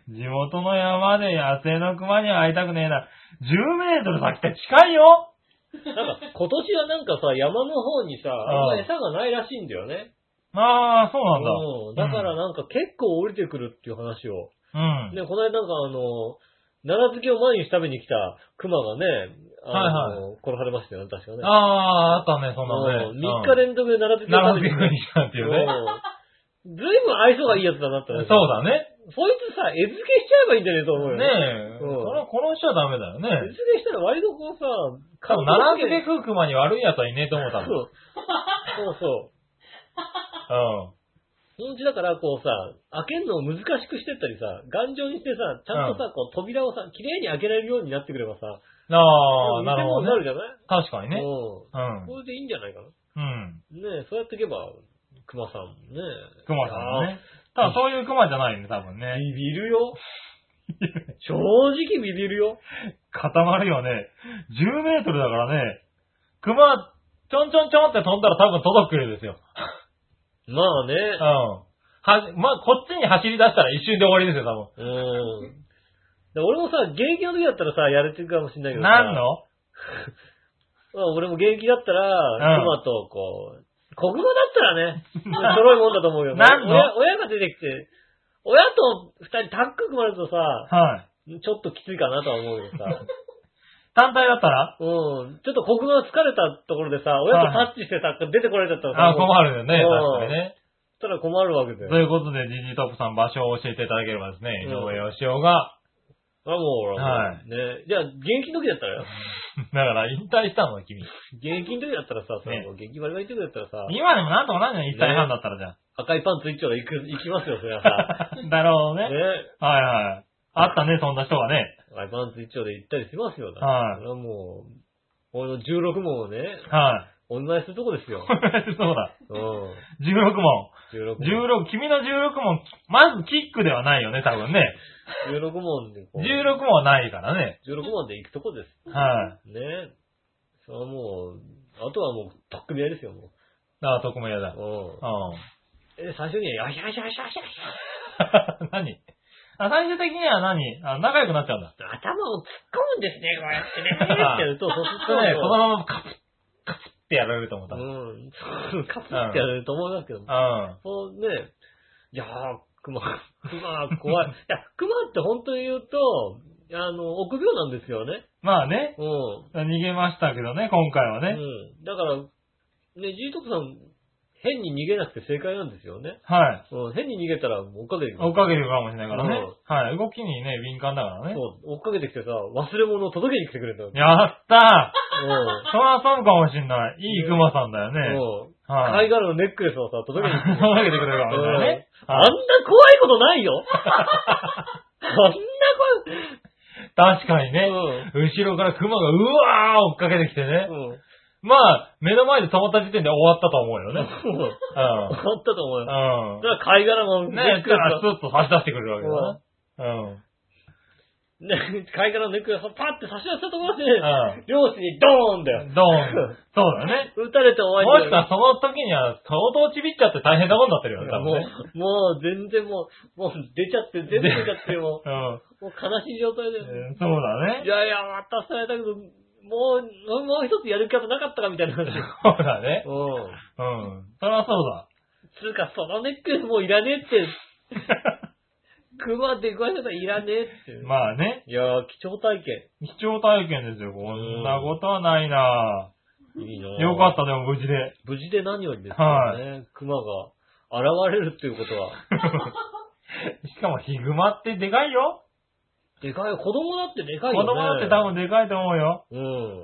S2: い。地元の山で野生の熊には会いたくねえな。10メートル先って近いよ
S1: なんか、今年はなんかさ、山の方にさ、あんま餌がないらしいんだよね。
S2: ああ、そうなん
S1: う
S2: だ。
S1: んだからなんか結構降りてくるっていう話を。
S2: うん。
S1: ね、この間なんかあの、奈良漬けを毎日食べに来た熊がね、あの、殺されましたよね、確かね。
S2: ああー、あったね、そんなの
S1: う
S2: ね。
S1: ん、3日連続で奈良漬けを
S2: 長
S1: 食
S2: く
S1: べに来た。
S2: にしたっていうね。
S1: うんずいぶん愛想がいいやつだなって。
S2: そう。だね。
S1: そいつさ、餌付けしちゃえばいいんじゃねえと思うよ
S2: ねえ、
S1: うん
S2: それは殺しちゃダメだよ
S1: 餌
S2: ね。
S1: 付けしたら割とこうさ、
S2: 多分、奈良漬け食う熊に悪い奴はいねえと思う、多分。
S1: そうそうそう。
S2: う
S1: そのうちだから、こうさ、開けるのを難しくしてったりさ、頑丈にしてさ、ちゃんとさ、こう扉をさ、綺麗に開けられるようになってくればさ、
S2: ん。ああ、なるほ
S1: な
S2: ど
S1: るじ
S2: ね。
S1: ゃない
S2: 確かにね。
S1: う。
S2: うんん。
S1: これでいいんじゃないかな。
S2: うん。
S1: ねえ、そうやっていけば、熊さんもね。
S2: 熊さんもね。ただそういうクマじゃないよね、多分ね。
S1: ビビる よ。正直ビビるよ。
S2: 固まるよね。10メートルだからね、クマ、ちょんちょんちょんって飛んだら多分届くんですよ。
S1: まあね。
S2: うん。は、まあ、こっちに走り出したら一瞬で終わりですよ、
S1: うーん。で俺もさ、現役の時だったらさ、やれてるかもしんないけ
S2: 多分。
S1: どさ。
S2: なんの
S1: まあ俺も現役だったら、
S2: うん
S1: 熊とこう、国語だったら ね、揃いもんだと思うよ。
S2: なんの
S1: 親親が出てきて、親と二人タッグ組まれるとさ、
S2: はい。
S1: ちょっときついかなとは思うけどさ。
S2: 単体だったら
S1: うん。ちょっと国語が疲れたところでさ、親とタッチしてさ、出てこられちゃったらさ、
S2: あ、困るよね、
S1: うん
S2: 確かにね。
S1: たら困るわけだ
S2: とい
S1: よ。
S2: うことで、ジジトップさん場所を教えていただければですね、井
S1: うん
S2: 上義雄が、
S1: あ、もう、ほら
S2: はい
S1: ね。じゃあ、現役の時だったら よ。
S2: だから引退したの、君。
S1: 現役の時だったらさ、そ
S2: ね
S1: の現役バリバリの時だったらさ、
S2: 今でもなんとかなんじゃない ?1 歳半だったらじゃ
S1: 赤いパンツ一丁で行く、行きますよ、そりゃさ。
S2: あ。だろう
S1: ね
S2: ね。。はいはい。あったね、そんな人がね。
S1: 赤いパンツ一丁で行ったりしますよ。
S2: はい
S1: それはもう、俺の16問をね、
S2: は
S1: お見舞いするとこですよ
S2: い。。そうだ。
S1: うん。
S2: 16問。
S1: 16問。
S2: 16、君の16問、まずキックではないよね、多分ね。
S1: 16問でこう、
S2: 16問はないからね。
S1: 16問で行くとこです。
S2: はい。
S1: ね。それはもう、あとはもう、とっくみ合いですよ、もう。
S2: ああ、特務屋だ。うん。
S1: え、最初に、よしよしよしよしよし。
S2: 何あ最終的には何あ仲良くなっちゃうんだ。
S1: 頭を突っ込むんですね、こうやってね。
S2: ああ
S1: ってやると、そうす
S2: それ
S1: る と
S2: ね、このままカプッ、カプッってやられると思った。うん。
S1: うん、 そうカプってやると思いますけども。そうね、いやー、熊、熊怖い。いや、熊って本当に言うと、あの、臆病なんですよね。
S2: まあね、
S1: うん。
S2: 逃げましたけどね、今回は
S1: う
S2: ね。
S1: ん。だから、ね、ジートクさん、変に逃げなくて正解なんですよね。
S2: はい。
S1: うん、変に逃げたら追っかけてくる
S2: 追っかけてくるかもしれないからね
S1: うん。
S2: はい。動きにね、敏感だからね。
S1: そう、追っかけてきてさ、忘れ物を届けに来てくれ たの。
S2: やった
S1: うん
S2: ー。そらそうかもし んない。いいクマさんだよね。
S1: うん。
S2: はい。
S1: 貝殻のネックレスをさ、届けに行く。
S2: 届けてくれるからね
S1: うん
S2: はい
S1: あんな怖いことないよ。あんな怖い。
S2: 確かにね。
S1: う
S2: 後ろからクマがうわー追っかけてきてね。
S1: うん。
S2: まあ、目の前で止まった時点で終わったと思う よね。
S1: そうあったと思うよ。
S2: うん。
S1: だから貝殻
S2: う
S1: の
S2: ん。
S1: ネ
S2: ね
S1: ック
S2: だ
S1: レ
S2: から
S1: ス
S2: スッと差し出してくれるわけだな。うん。
S1: を、ね貝殻のネックレスをパッて差し出したところで、
S2: う
S1: 漁師にドーンだよ。
S2: ん。ドーン。そうだね。
S1: 撃たれて終
S2: も
S1: わ
S2: し
S1: り
S2: く
S1: だよ
S2: はその時には相当ちびっちゃって大変なことになってるよね、多分ね。
S1: もう、もう全然もう、もう出ちゃって、全部出ちゃって、も
S2: うん。
S1: う、もう悲しい状態だよ。
S2: えーそうだ
S1: い
S2: ね。
S1: やいや、渡されたけど、もう、もう一つやる気はなかったかみたいな。
S2: そうだね。
S1: うん。
S2: うん。そりゃそうだ。
S1: つうか、そのネックレスもういらねえ って。熊でごわしたらいらねえって。
S2: まあね。
S1: いやー、貴重体験。
S2: 貴重体験ですよ。こんなことはないない
S1: いな
S2: ぁ。よかった、でも無事で。
S1: 無事で何よりですよね。熊が現れるっていうことは。
S2: しかもヒグマってでかいよ。
S1: でかい、子供だってでか
S2: 子
S1: いよね。
S2: 供だって多分でかいと思うよ。
S1: 分。
S2: うん。
S1: う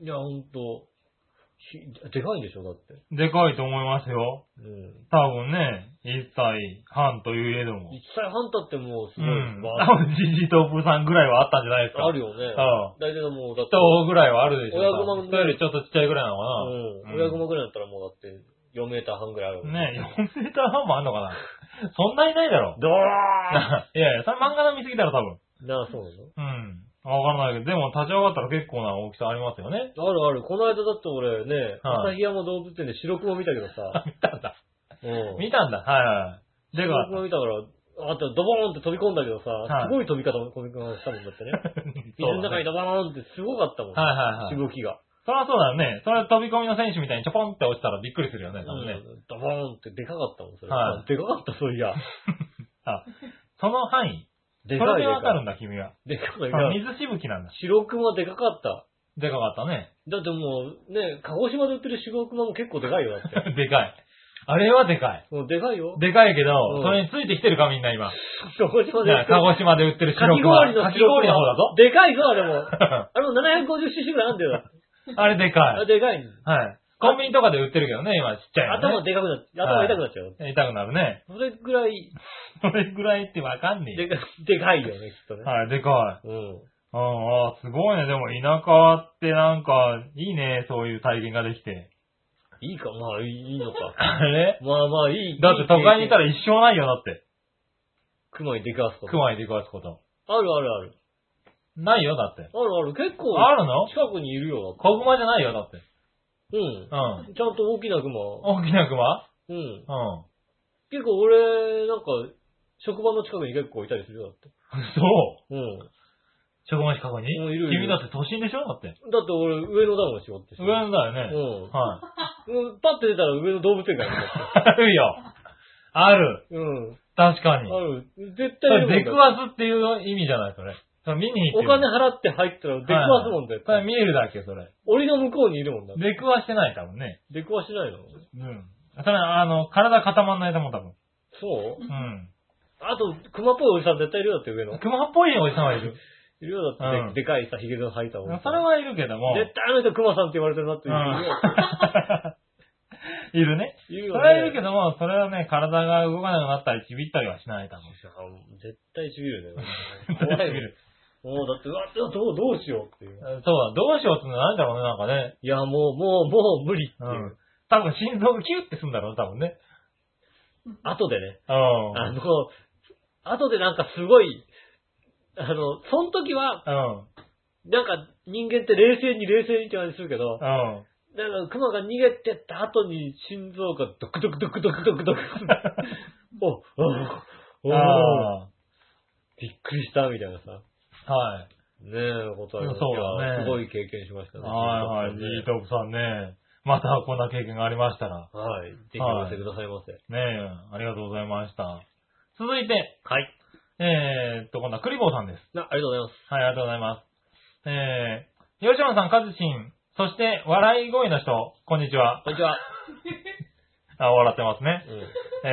S1: ん。いや、ほんと。ひでかいんでしょ、だって。
S2: でかいと思いますよ。
S1: うん。
S2: 多分ね、1歳半といえども
S1: 一。歳半経ってもうすごい。
S2: うん。
S1: わ
S2: 多分ジジとおぶさんぐらいはあったんじゃないですか。
S1: ある よね。
S2: う
S1: だけどもう、だって。
S2: 人ぐらいはあるでしょ。
S1: 親熊
S2: 多
S1: の
S2: 分人よりちょっとちっちゃいぐらいなの
S1: う
S2: か
S1: ん。
S2: な。
S1: 親熊ぐらいだったらもうだって、4メーター半ぐらいある。
S2: ねえ、4メーター半もあんのかなそんないないだろ。
S1: ドー
S2: いやいや、それ漫画の見すぎだろ、多分。
S1: ンなあ、そうなの
S2: うん。わからないけど、でも立ち上がったら結構な大きさありますよね。
S1: あるある。この間だって俺ね、
S2: はい
S1: 旭山動物園で白熊見たけど さ。
S2: 見たんだ。
S1: うん。
S2: 見たんだ。はいはい。で
S1: 白
S2: か
S1: 熊見たから、あとドボーンって飛び込んだけどさ、
S2: はい
S1: すごい飛び方の飛び込み方したもんだってね。水
S2: そう
S1: の
S2: だ
S1: 中
S2: ね
S1: にドボーンってすごかったもん。
S2: はいはいはい。
S1: 動きが。
S2: そりゃそうだよね。それ飛び込みの選手みたいにちょこんって落ちたらびっくりするよね、多分ね。
S1: うんドボーンってでかかったもん、それ。
S2: はい
S1: でかかった、そういや。
S2: その範囲。そ
S1: でか
S2: れ
S1: い
S2: で
S1: で
S2: わかる
S1: か
S2: んだ、君は。
S1: い。でかいでかい。
S2: 水しぶきなんだ。
S1: 白熊でかかった。
S2: でかかったね。
S1: だってもう、ね、鹿児島で売ってる白熊も結構でかいよ、だ って。
S2: でかい。あれはでかい。
S1: もうでかいよ。
S2: でかいけど
S1: う、ん
S2: それについてきてるかみんな今。
S1: 鹿児島で売ってる
S2: 鹿児島で売ってる
S1: か
S2: 白
S1: き
S2: 熊。
S1: 氷の
S2: かき氷の方だぞ。
S1: でかいぞ、あれ も。あれも 750cc ぐらいあんだよ。
S2: あれでか
S1: あれ
S2: い。
S1: でかい。
S2: はい。コンビニとかで売ってるけどね、今ちっちゃいのね。
S1: 頭でかくなっちゃう。頭痛くなっちゃう。
S2: 痛くなるね。
S1: それぐらい、
S2: それぐらいってわかんねえ
S1: で
S2: よ。
S1: か、でかいよね、きっとね。
S2: はい、でかい。
S1: うん。
S2: うん、あーすごいね。でも田舎ってなんか、いいね、そういう体験ができて。
S1: いいか、まあいいいいのか。
S2: あれ
S1: まあまあいい。
S2: だって都会にいた
S1: ら。
S2: ら一生ないよ、だって。
S1: 熊に出くわすこと。
S2: 熊に出くわすこと。
S1: あるあるある。
S2: ないよ、だって。
S1: あるある。結構、
S2: あるの
S1: 近くにいるよ。
S2: 小熊じゃないよ、だって。
S1: うん
S2: う。ん。
S1: ちゃんと大きな熊。
S2: 大きな
S1: う
S2: 熊
S1: ん。
S2: うん。
S1: 結構俺、なんか、職場の近くに結構いたりするよ。だって。
S2: そう。
S1: うん。
S2: 職場近くに
S1: うんいるいる
S2: 君だって都心でしょだって。
S1: だって俺、上野だもん、仕事って。
S2: 上野だよね。
S1: うん。
S2: は
S1: うん、パッて出たら上の動物園からね。
S2: い。あるよ。ある。
S1: うん。
S2: 確かに。
S1: ある。絶
S2: そ
S1: 対いるも
S2: れ
S1: んだ
S2: 出くわすっていう意味じゃない、それ。それ見に行
S1: お
S2: ってる。
S1: 金払って入ったら出くわすもんだよ。
S2: それ見えるだけ、それ。
S1: 檻の向こうにいるもんだ。
S2: 出くわしてない、多分ね。
S1: 出くわしないの
S2: うん。それは、あの、体固まんないと思う、多分。
S1: そう
S2: うん。
S1: あと、熊っぽいおじさん絶対いるよだって上の。い
S2: 熊っぽいおじさんはいる。
S1: るよだって、
S2: うん
S1: でかいさ、ヒゲの生えたお
S2: そ
S1: じさん。
S2: れはいるけども。
S1: 絶対あの人熊さんって言われてるなっていう
S2: うん。いるね。
S1: いる
S2: そ
S1: よ
S2: れ
S1: ね。
S2: はいるけども、それはね、体が動かなくなったり、ちびったりはしない、多分。
S1: 絶対ちびるね。 怖いよ。もうだって、うわ、どう、どうしようっていう。
S2: そうだ、どうしようってのはなんだろうね、なんかね。
S1: いや、もう、もう、もう無理っていうう。
S2: ん。多分心臓がキュッてすんだろうね、多分ね。
S1: 後でね。
S2: うん。
S1: あの、後でなんかすごい、あの、その時は、
S2: うん。
S1: なんか人間って冷静に冷静にって感じするけど、
S2: うん。
S1: だから熊が逃げてった後に心臓がドクドクドクドクドクドク。お、お、お、
S2: あ
S1: びっくりしたみたいなさ。
S2: あ。はい。
S1: ねえ、ことありまし
S2: そうだね
S1: すごい経験しましたね。
S2: はいはい。
S1: ね
S2: ジートップさんね。またこんな経験がありましたら。
S1: はい。ぜひお寄せくださいませ。
S2: ねえ、ありがとうございました。続いて、
S1: はい。
S2: えーっと、今度はクリボーさんです。
S1: な、ありがとうございます。
S2: はい、ありがとうございます。えー、吉野さん、カズチン、そして、笑い声の人、こんにちは。
S1: こんにちは。
S2: あ、笑ってますね。
S1: うん。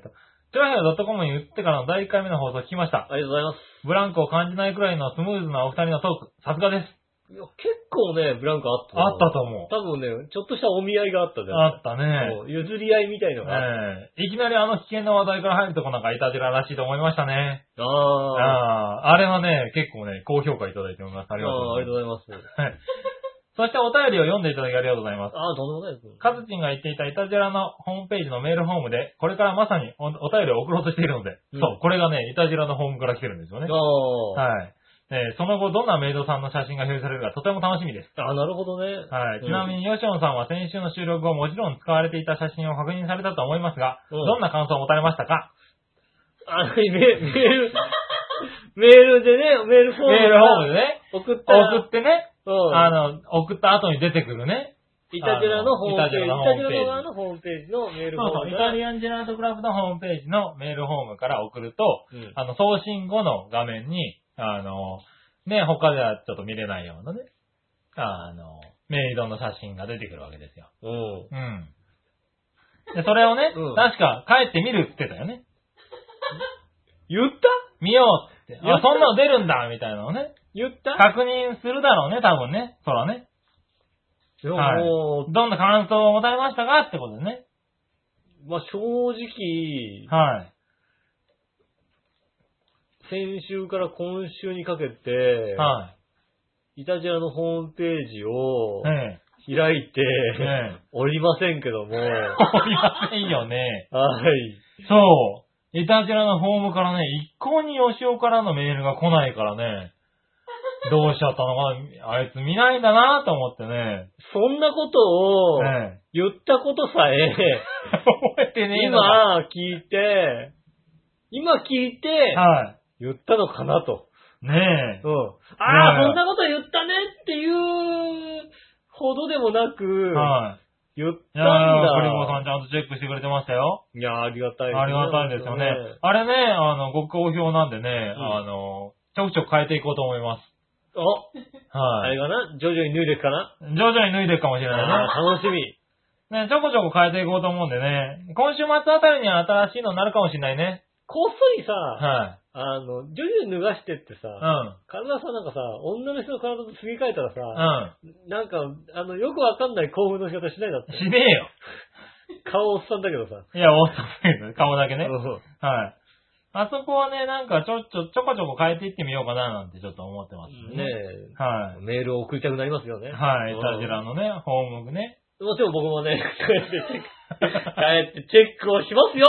S2: えーと、チョアヘア .com に打ってからの第1回目の放送聞きました。
S1: ありがとうございます。
S2: ブランクを感じないくらいのスムーズなお二人のトーク、さすがです。
S1: いや、結構ね、ブランクあったな。
S2: あったと思う。
S1: 多分ね、ちょっとしたお見合いがあったじゃん。
S2: あったね。
S1: もう譲り合いみたいのがあっ
S2: えーいきなりあの危険な話題から入るとこなんかいたじららしいと思いましたね。
S1: た。
S2: あ
S1: ああ。
S2: あー、あれはね、結構ね、高評価いただいております。あ
S1: あ
S2: りがとう
S1: あ
S2: ご
S1: あ
S2: ざ
S1: り
S2: い
S1: が
S2: ます。
S1: とうございます。
S2: そしてお便りを読んでいただきありがとうございます。
S1: ああ、とんでもないです。
S2: カズチンが言っていたイタジェラのホームページのメールフォームで、これからまさにおお便りを送ろうとしているので、
S1: うん
S2: そう、これがね、イタジェラのホームから来てるんですよね。
S1: ああ、
S2: はい。えーその後、どんなメイドさんの写真が表示されるかとても楽しみです。
S1: ああ、なるほどね。
S2: は
S1: うん
S2: い。ちなみに、ヨシオンさんは先週の収録後、もちろん使われていた写真を確認されたと思いますが、
S1: うん
S2: どんな感想を持たれましたか
S1: あのメメール、メールでね、メールフォーム
S2: メールホーム
S1: ね。送
S2: でね、
S1: ったら、
S2: 送ってね、
S1: うん
S2: あの、送った後に出てくるね。
S1: イタジェラのホームページ、イ
S2: あの
S1: タジェラ側のホームページのメール
S2: そう
S1: フォー
S2: そう、
S1: ム
S2: イタ
S1: が
S2: リアンジェラートクラブのホームページのメールフォームから送ると、
S1: うん
S2: あの、送信後の画面に、あの、ね、他ではちょっと見れないようなね、あの、メイドの写真が出てくるわけですよ。
S1: うん。
S2: うん。で、それをね、
S1: うん
S2: 確か帰って見るって言ってたよね。
S1: 言った
S2: 見ようって。
S1: や
S2: あ、
S1: った
S2: そんなの出るんだみたいなのをね。
S1: 言った
S2: 確認するだろうね、多分ね。そらね。
S1: でも
S2: はい
S1: も
S2: どんな感想を持たれましたかってことでね。
S1: う、まあ、正直、
S2: はい。
S1: 先週から今週にかけて、
S2: はい。
S1: イタジェラのホームページを、
S2: え
S1: 開いて、
S2: え。ええ。
S1: おりませんけど も、は
S2: おりま せんよね。
S1: い。
S2: そう。イタジラのホームからね、一向に吉尾からのメールが来ないから ね、どうしちゃったのかな、あいつ見ないんだなと思ってね。
S1: そんなことを
S2: ええ。
S1: 言ったことさえ、
S2: 覚えてねえのか。
S1: 今聞いて、今聞いて、
S2: は
S1: 言ったのかなと。
S2: い。ねえ
S1: う。ん。ああ、
S2: ねえ
S1: こんなこと言ったねっていうほどでもなく、
S2: はい。
S1: 言った
S2: い
S1: ん
S2: やー、クリボーさ
S1: だ
S2: ん。ちゃんとチェックしてくれてましたよ。
S1: いやー、ありがたい
S2: ありがたいですよね。あれね、あの、ご好評なんでね、
S1: ん
S2: あの、ちょくちょく変えていこうと思いま
S1: お、
S2: す。
S1: あ
S2: はい
S1: れ。かな徐々に脱いでいくかな
S2: 徐々に脱いでいくかもしれない
S1: あー楽しみ。
S2: ね。ね、ちょこちょこ変えていこうと思うんでね。今週末あたりには新しいのになるかもしれないね。
S1: こっそりさ、
S2: は
S1: あの、徐々に脱がしてってさ、
S2: い。うん。
S1: 体さ、なんかさ、女の人の体とすり替えたらさ、
S2: う
S1: なんか、あの、よくわかんない興奮の仕方しないだって
S2: ん。。しねえよ。
S1: 顔おっさんだけどさ。
S2: いや、おっさん顔だけね
S1: う。ん
S2: はい。あそこはね、なんかちょ、ちょ、ちょこちょこ変えていってみようかななんてちょっと思ってます
S1: ね
S2: はい
S1: え、。メールを送りたくなりますよね。
S2: はい、
S1: う
S2: イ
S1: ん
S2: タジラのね、ホームね。
S1: もちろん僕 もね、こうやってチェック、あえてチェックをしますよ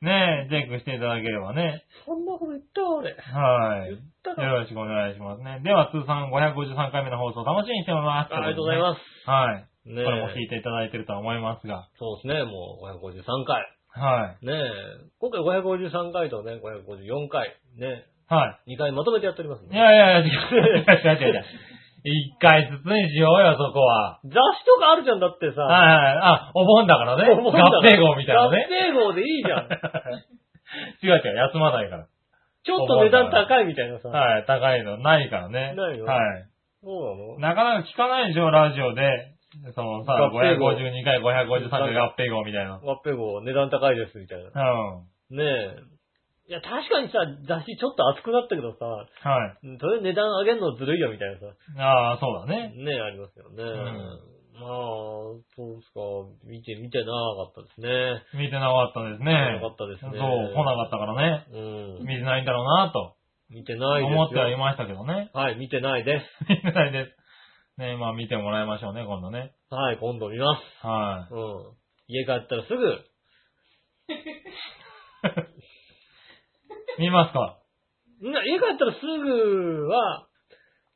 S2: ねえ、チェックしていただければね。
S1: そんなこと言った俺。
S2: は
S1: 言
S2: い。よ
S1: ったか
S2: ろしくお願いしますね。では、通算553回目の放送楽しみにしております。
S1: あありがとうございます。
S2: す。はい。
S1: ね
S2: こ
S1: え
S2: れも聞いていただいてるとは思いますが。
S1: そうですね、もう553回。
S2: はい。
S1: ねえ、今回553回とね、554回、ね、
S2: は
S1: 2回まとめてやっております
S2: い。い
S1: ね。
S2: やいやいや、違う違う違う違う違う。一回ずつにしようよ、そこは。
S1: 雑誌とかあるじゃん、だって
S2: はい
S1: さ。
S2: はい。あ、お盆だからね。
S1: もうもう
S2: 合併号みたいなね。
S1: 合併号でいいじゃん。
S2: 違う違う、休まないから。
S1: ちょっと値段高いみたいなさ。
S2: はい、高いのないからね。
S1: ないよ
S2: はい。
S1: そうなの
S2: なかなか聞かないでしょ、ラジオで。そのさ、
S1: 合併号
S2: 552回、553回合併号みたいな。
S1: 合併号値段高いです、みたいな。
S2: うん。
S1: ねえ。いや、確かにさ、雑誌ちょっと熱くなったけどさ、
S2: はい。
S1: うんそれ値段上げるのずるいよ、みたいなさ。
S2: ああ、そうだね。
S1: ねえ、ありますよね。
S2: ん
S1: まあ、そうですか。見て、見てなかったですね。
S2: 見てなかったですね。
S1: なかったですね
S2: そう、来なかったからね。
S1: うん
S2: 見。てないんだろうなと
S1: 見てないですよ。
S2: 思ってはいましたけ どね。
S1: はい、見てないです。
S2: 見てないです。ねまあ見てもらいましょうね、今度ね。
S1: はい、今度見ま
S2: は
S1: す。うん。家帰ったらすぐ、
S2: い。見ますか。
S1: みんな家帰ったらすぐは、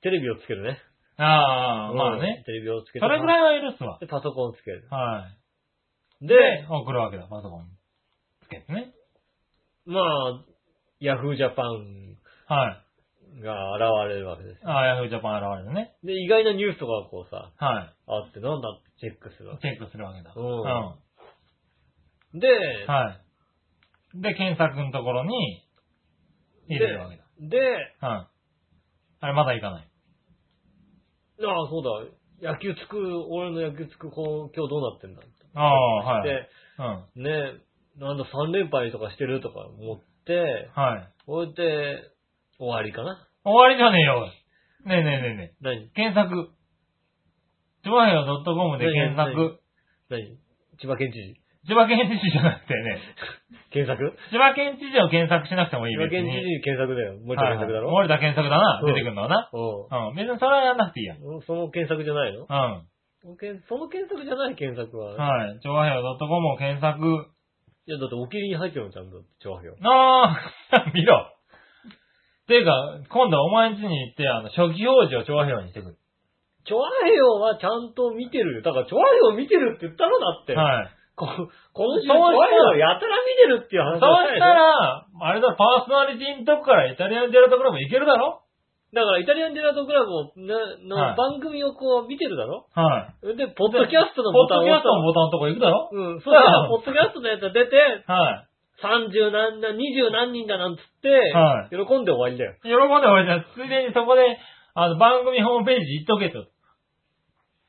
S1: テレビをつけるね。
S2: ああ、まあ
S1: うん
S2: ね。
S1: テレビをつけて。
S2: それぐらいは許すわ。
S1: で、パソコンをつける。
S2: は
S1: で
S2: い。、で、送るわけだ、パソコンに。つけてね。
S1: まあ、ヤフージャパン
S2: はい。
S1: が現れるわけです。
S2: ああ、ヤフージャパン現れるね。
S1: で、意外なニュースとかがこうさ、
S2: は
S1: あってなんだってチェックするわ
S2: い。チェックするわけだ。
S1: う
S2: うんん。は
S1: け。で、
S2: い。で、検索のところに入れるわけだ。
S1: で、
S2: はい。あれ、まだ行かない。
S1: ああ、そうだ、野球つく、俺の野球つく、こう今日どうなってんだって。
S2: ああ、はい。
S1: で、
S2: うん。は
S1: ね、なんだ3連敗とかしてるとか思って、
S2: い。
S1: こうやって、終わりかな
S2: 終わりじゃねえよ。ねえねえねえね
S1: 何
S2: え。検索。ちばへよ .com で検索。
S1: 何千葉県知事
S2: 千葉県知事じゃなくてね。
S1: 検索
S2: 千葉県知事を検索しなくてもいい
S1: 千葉
S2: ですね。
S1: 県知事検索だよ。森田
S2: はい
S1: 検索だろ、
S2: 森田検索だな。
S1: うん
S2: 出てくるのはな。うん。別にそれはやんなくていいや。
S1: う
S2: う
S1: ん。その検索じゃないの
S2: ん。
S1: その検その検索じゃない検索は。
S2: はい。ちばへよ .com を検索。
S1: いや、だってお気に入りに入ってるのちゃんと、調和表。
S2: あー、 見ろ。ていうか、今度お前ん家に行って、あの、初期表示を調和表にしてくる。
S1: 調和表はちゃんと見てるよ。だから調和表見てるって言ったろだって。
S2: はい。
S1: こ今週
S2: そ
S1: 調
S2: う
S1: 和
S2: したら
S1: 表やたら見てるっていう
S2: そう
S1: 話だ
S2: したら、あれだ、パーソナリティのとこからイタリアンジェラートクラブ行けるだろ
S1: だからイタリアンデラートクラブをなの
S2: はい
S1: 番組をこう見てるだろ
S2: はい。
S1: で、ポッドキャストの
S2: ポ
S1: ボ
S2: ッ
S1: タン
S2: ド
S1: を
S2: キャ
S1: 押す
S2: ストのボタンのとこ行くだろ
S1: うん、そうしたら、ポッドキャストのやつが出て、
S2: は
S1: 30何人、20何人だなんつって、
S2: はい
S1: 喜んで終わりだよ。
S2: い。喜んで俺じゃん。ついでにそこで、あの、番組ホームページ行っとけと。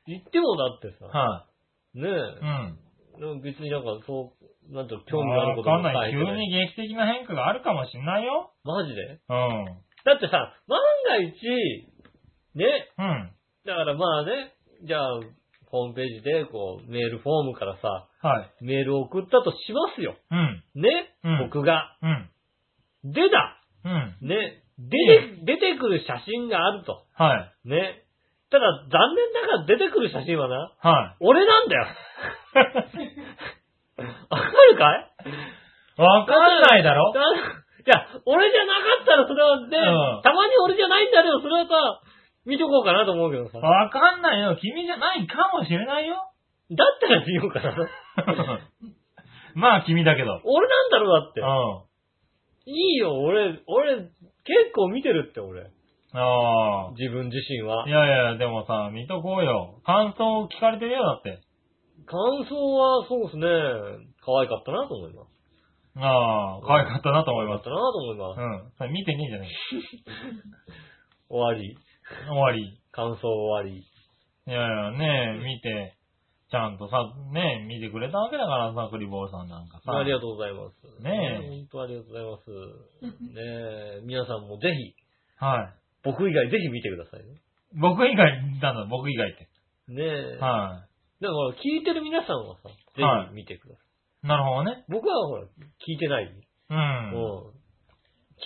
S1: 言ってもだってさ、
S2: は
S1: ね
S2: い。うん。
S1: え、なんか別になんかそう、なんていうの興味があること
S2: わ
S1: も
S2: かんない。急
S1: 書て
S2: に劇的な変化があるかもしんないよ。
S1: マジで
S2: うん。
S1: だってさ、万が一、ね、
S2: うん。
S1: だからまあね、じゃあ、ホームページで、こう、メールフォームからさ、
S2: はい。
S1: メールを送ったとしますよ。
S2: うん。
S1: ね、
S2: うん
S1: 僕が。
S2: うん。
S1: でだ
S2: うん。
S1: ね、出て、出てくる写真があると。
S2: はい。
S1: ね。ただ、残念ながら出てくる写真はな、
S2: は
S1: 俺なんだ よ。わかるかい
S2: い。わかんないだろ
S1: だいや、俺じゃなかったらそれはね、
S2: うん
S1: たまに俺じゃないんだけど、それはさ、見とこうかなと思うけどさ。だっ
S2: わかんないよ。君じゃないかもしれないよ。
S1: たら見ようかな。
S2: まあ、君だけど。
S1: 俺なんだろうだっ
S2: う
S1: て
S2: ん。。あ
S1: いいよ、俺、俺、結構見てるって、俺。
S2: あ。。
S1: 自分自身はい
S2: やいや、でもさ、見とこうよ。感想を聞かれてるよ、だって。
S1: 感想は、そうですね、可愛かったなと思います。
S2: ああ、可愛かったなと思い
S1: 可愛かっ
S2: ます。
S1: たなと思います
S2: う。ん。それ見てねえじゃね
S1: 終わり。
S2: えか。終わり。
S1: 感想終わり。
S2: いやいや、ねえ、見て、ちゃんとさ、ねえ、見てくれたわけだからさ、クリボーさんなんかさ。
S1: ありがとうございます。
S2: ねえ
S1: 本当ありがとうございます。ねえ、皆さんもぜひ、
S2: はい。
S1: 僕以外ぜひ見てくださいね。
S2: 僕以外、なんだ、僕以外って。
S1: ねえ。
S2: は
S1: だから、聞いてる皆さんはさ、ぜ
S2: はい
S1: ひ見てください。
S2: い。なるほどね。
S1: 僕はほら、聞いてない。
S2: うん。
S1: うん
S2: は。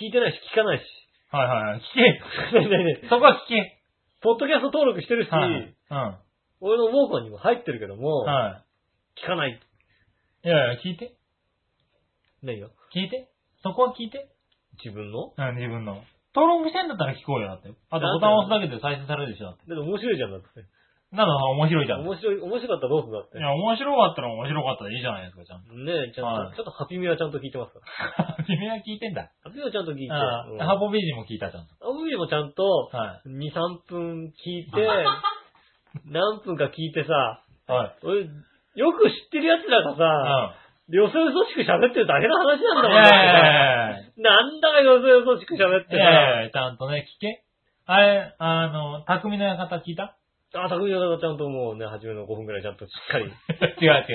S1: 聞いてないし、聞かないし。
S2: いはいはい。聞
S1: ねえねえね
S2: け。そこは聞け。
S1: えポッドキャスト登録してるし、
S2: はい。うん。
S1: 俺のウォークマンにも入ってるけども、
S2: は
S1: 聞かない。
S2: い。いやいや、聞いて。
S1: 何が
S2: 聞いて。そこは聞いて。
S1: 自分の
S2: うん、自分の。登録してんだったら聞こうよ、だって。あとボタン押すだけで再生されるでしょ、だって。
S1: だって面白いじゃんだって。
S2: なら面白いじゃん。い
S1: 面白い、面白かったらどうするんだって。
S2: や、面白かったら面白かったでいいじゃないですか、ちゃんと。
S1: ねえ、ちゃんと、
S2: はい
S1: ちょっとハピミはちゃんと聞いてますから。
S2: 君は聞いてんだ。
S1: ハピミはちゃんと聞いて、
S2: ああ
S1: うん
S2: ハポビジも聞いた、ちゃんと。
S1: ハピミもちゃんと、
S2: は
S1: 2、3分聞いて、何分か聞いてさ、
S2: い。はい。
S1: 俺、よく知ってる奴らが
S2: うん。
S1: さ、よそよそしく喋ってるだけの話なんだもん
S2: いやいやいやいや
S1: なんだかよそよそしく喋っ
S2: い
S1: て
S2: やい
S1: さ、
S2: やちゃんとね、聞け。あれ、あの、匠の館聞いた
S1: あ、匠の方ちゃんともうね、初めの5分くらいちゃんとしっかり、
S2: 違う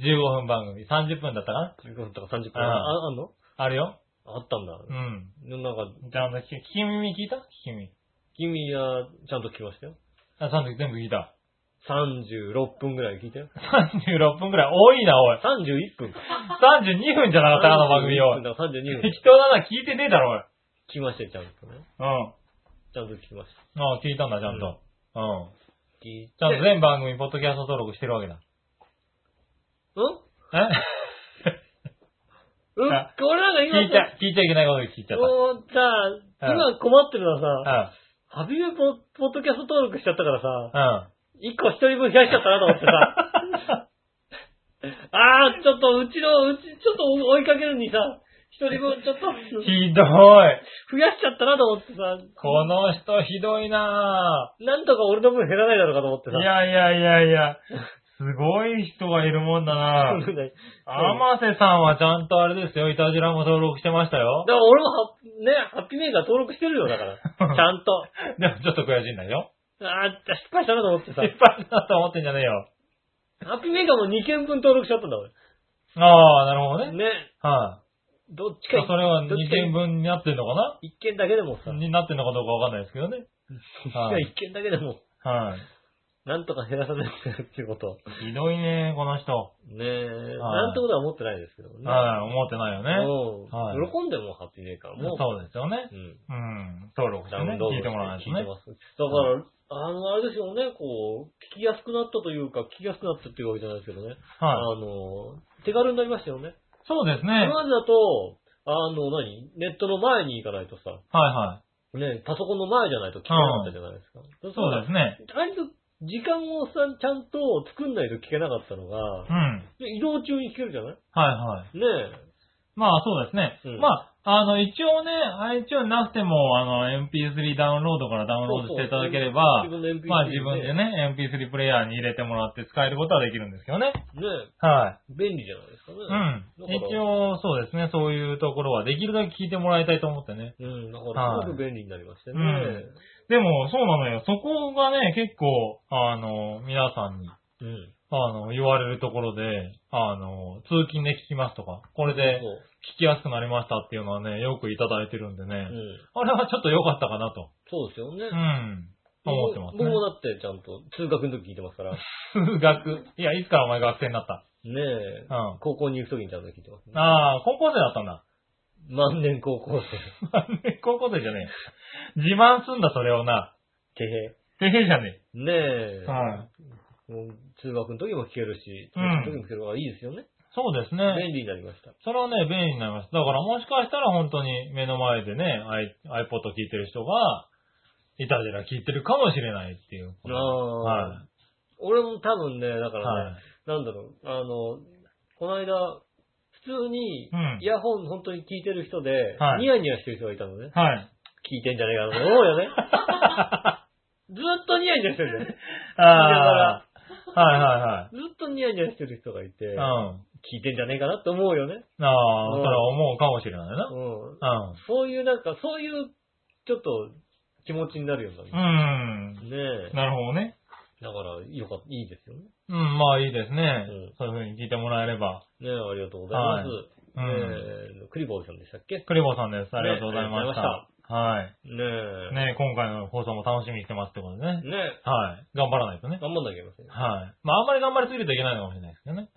S2: 違う。15分番組。30分だったかな
S1: 15分とか30分、
S2: うん
S1: あ、あんの
S2: あるよ。
S1: あったんだ。
S2: うん。
S1: なんか、
S2: ちゃんと聞け。聞き耳聞いた聞き耳。
S1: 君はちゃんと聞きましたよ。
S2: あ、その時全部聞いた。
S1: 36分くらい聞いた よ。
S2: 36分くらい。多いな、おい。
S1: 31分か。
S2: 32分じゃなかったかな、番組を。
S1: 32分
S2: 適当だな、聞いてねえだろ、おい。
S1: 聞きましたよ、ちゃんと ね。
S2: うん。あ
S1: ちゃんと聞きました。
S2: あ、聞いたんだ、ちゃんと。うん。
S1: 聞いて
S2: ちゃんと全番組、ポッドキャスト登録してるわけだ。
S1: うん
S2: え
S1: うん
S2: あ
S1: 俺なんか今
S2: 聞いちゃ、聞いちゃいけないこと聞いちゃっ
S1: もうさ、
S2: うん
S1: 今困ってるのはさ、
S2: た。
S1: ハビブポポッドキャスト登録しちゃったからさ、
S2: うん。うん。
S1: 一個一人分増やしちゃったなと思って さ、あー、ちょっとうちの、うち、ちょっと追いかけるにさ、一人分 ちょっと
S2: ひどい。
S1: 増やしちゃったなと思ってさ、
S2: この人ひどいな
S1: なんとか俺の分減らないだろうかと思って
S2: ぁ。
S1: さ、
S2: いやいやいやいや。すごい人がいるもんだ なぁ。
S1: うん
S2: 甘瀬さんはちゃんとあれですよ、いたじらも登録してましたよ
S1: だ。から俺もハッ、ね、ハッピーメーカー登録してるよ、だ から。ちゃんと。
S2: でもちょっと悔しいんだよ。
S1: あー、失敗したなと思ってさ
S2: 失、敗したと思ってんじゃねえよ。
S1: ハッピーメーカーも2件分登録しちゃったんだ、俺。
S2: ああ、なるほどね。
S1: ね。
S2: は
S1: どっち
S2: い。
S1: か
S2: まあそれは
S1: どっち
S2: 2
S1: か
S2: 件分になってんのかな
S1: 一件だけでもさ、
S2: になってんのかどうかわかんないですけどね。はい
S1: 一件だけでも、
S2: はい。
S1: なんとか減らさないといけないっていうこと。
S2: ひどいね、この人。
S1: ねえ、なんてことは思ってないですけどもね。
S2: はい、思ってないよね。
S1: もう
S2: はい
S1: 喜んでもハッピーメーカーも、
S2: そうですよね。
S1: うん。
S2: うん。登録して
S1: ダウ
S2: ね
S1: ンロード
S2: 聞いてもらわない
S1: して
S2: と
S1: 聞いて
S2: ね。
S1: ます。だから、あの、あれですよね、こう、聞きやすくなったというか、聞きやすくなったっていうわけじゃないですけどね。あ
S2: はい。
S1: の、手軽になりましたよね。
S2: そうですね。はい
S1: 今までだと、あの、何ネットの前に行かないとさ、
S2: は
S1: ね、パソコンの前じゃないと聞けなかったじゃないですか。
S2: い。そうですね。
S1: 割と時間をさ、ちゃんと作んないと聞けなかったのが
S2: う、ん。
S1: で移動中に聞けるじゃない
S2: はいはい。
S1: ね
S2: まあそうですね。
S1: うん
S2: まあ、あの、一応ね、iTunes なくても、あの、MP3 ダウンロードからダウンロードしていただければ、
S1: そうそう自分の MP3
S2: まあ自分でね、MP3 プレイヤーに入れてもらって使えることはできるんですけどね。
S1: え。ねえ、
S2: は
S1: 便利じゃないですかね。
S2: い。うん。一
S1: だから、
S2: 応、そうですね、そういうところはできるだけ聞いてもらいたいと思ってね。
S1: うん、だからすごく便利になりましたね。
S2: はいでも、そうなのよ。そこがね、結構、あの、皆さんに、
S1: うん。
S2: あの、言われるところで、あの、通勤で聞きますとか、これで
S1: そう
S2: 聞きやすくなりましたっていうのはね、よくいただいてるんでね。
S1: うん
S2: あれはちょっと良かったかなと。
S1: そうですよね。
S2: うん。思ってますね
S1: 僕。もだってちゃんと通学の時聞いて ますから。ね
S2: 数学。いや、いつからお前学生になった
S1: え。
S2: うん
S1: 高校に行く時にちゃんと聞いてます、ね。
S2: ああ、高校生だったんだ。
S1: 万年高 校生。
S2: 高校生じゃねえ。自慢すんだ、それをな。
S1: てへ。
S2: てへじゃね
S1: ねえ
S2: え。。はい。
S1: もう通学の時も聞けるし、通
S2: うん
S1: 学の時も聞けるからいいですよね。
S2: そうですね。
S1: 便利になりました。
S2: それはね、便利になります。だからもしかしたら本当に目の前でね、アイ iPod 聞いてる人が、いたじら聞いてるかもしれないっていうこと。
S1: ああ
S2: はい。
S1: 俺も多分ね、だからね、
S2: はい。
S1: なんだろう、あの、この間、普通に
S2: うん、
S1: イヤホン本当に聞いてる人で、
S2: はい
S1: ニヤニヤしてる人がいたのね。
S2: はい。
S1: 聞いてんじゃねえかなと思うよ ね。ずっとニヤニヤしてるじゃん。ず
S2: ああ。
S1: っ
S2: はいは
S1: とニヤニヤしてる人がいて
S2: い、はい。
S1: 聞いてんじゃねえかなと思うよね。
S2: うん。ああ、それは思うかもしれないな
S1: う。ん。
S2: うん。
S1: そういうなんか、そういう、ちょっと、気持ちになるように
S2: う
S1: なる。
S2: ん。
S1: ねえ。
S2: なるほどね。
S1: だから、よかった、いいですよね。
S2: うん、まあいいですね。
S1: うん
S2: そういう風に聞いてもらえれば。
S1: ねえ、ありがとうございます。
S2: はい
S1: ねえ、クリボーさんでしたっけね
S2: クリボーさんです。ありがとうございました。
S1: ありがと
S2: は
S1: え。
S2: い。ね今回の放送も楽しみにしてますってことでね。
S1: ねえ。
S2: はい。頑張らないとね。
S1: 頑張んなきゃいけません。
S2: はい。まああんまり頑張りすぎるといけないのかもしれないですけ どね。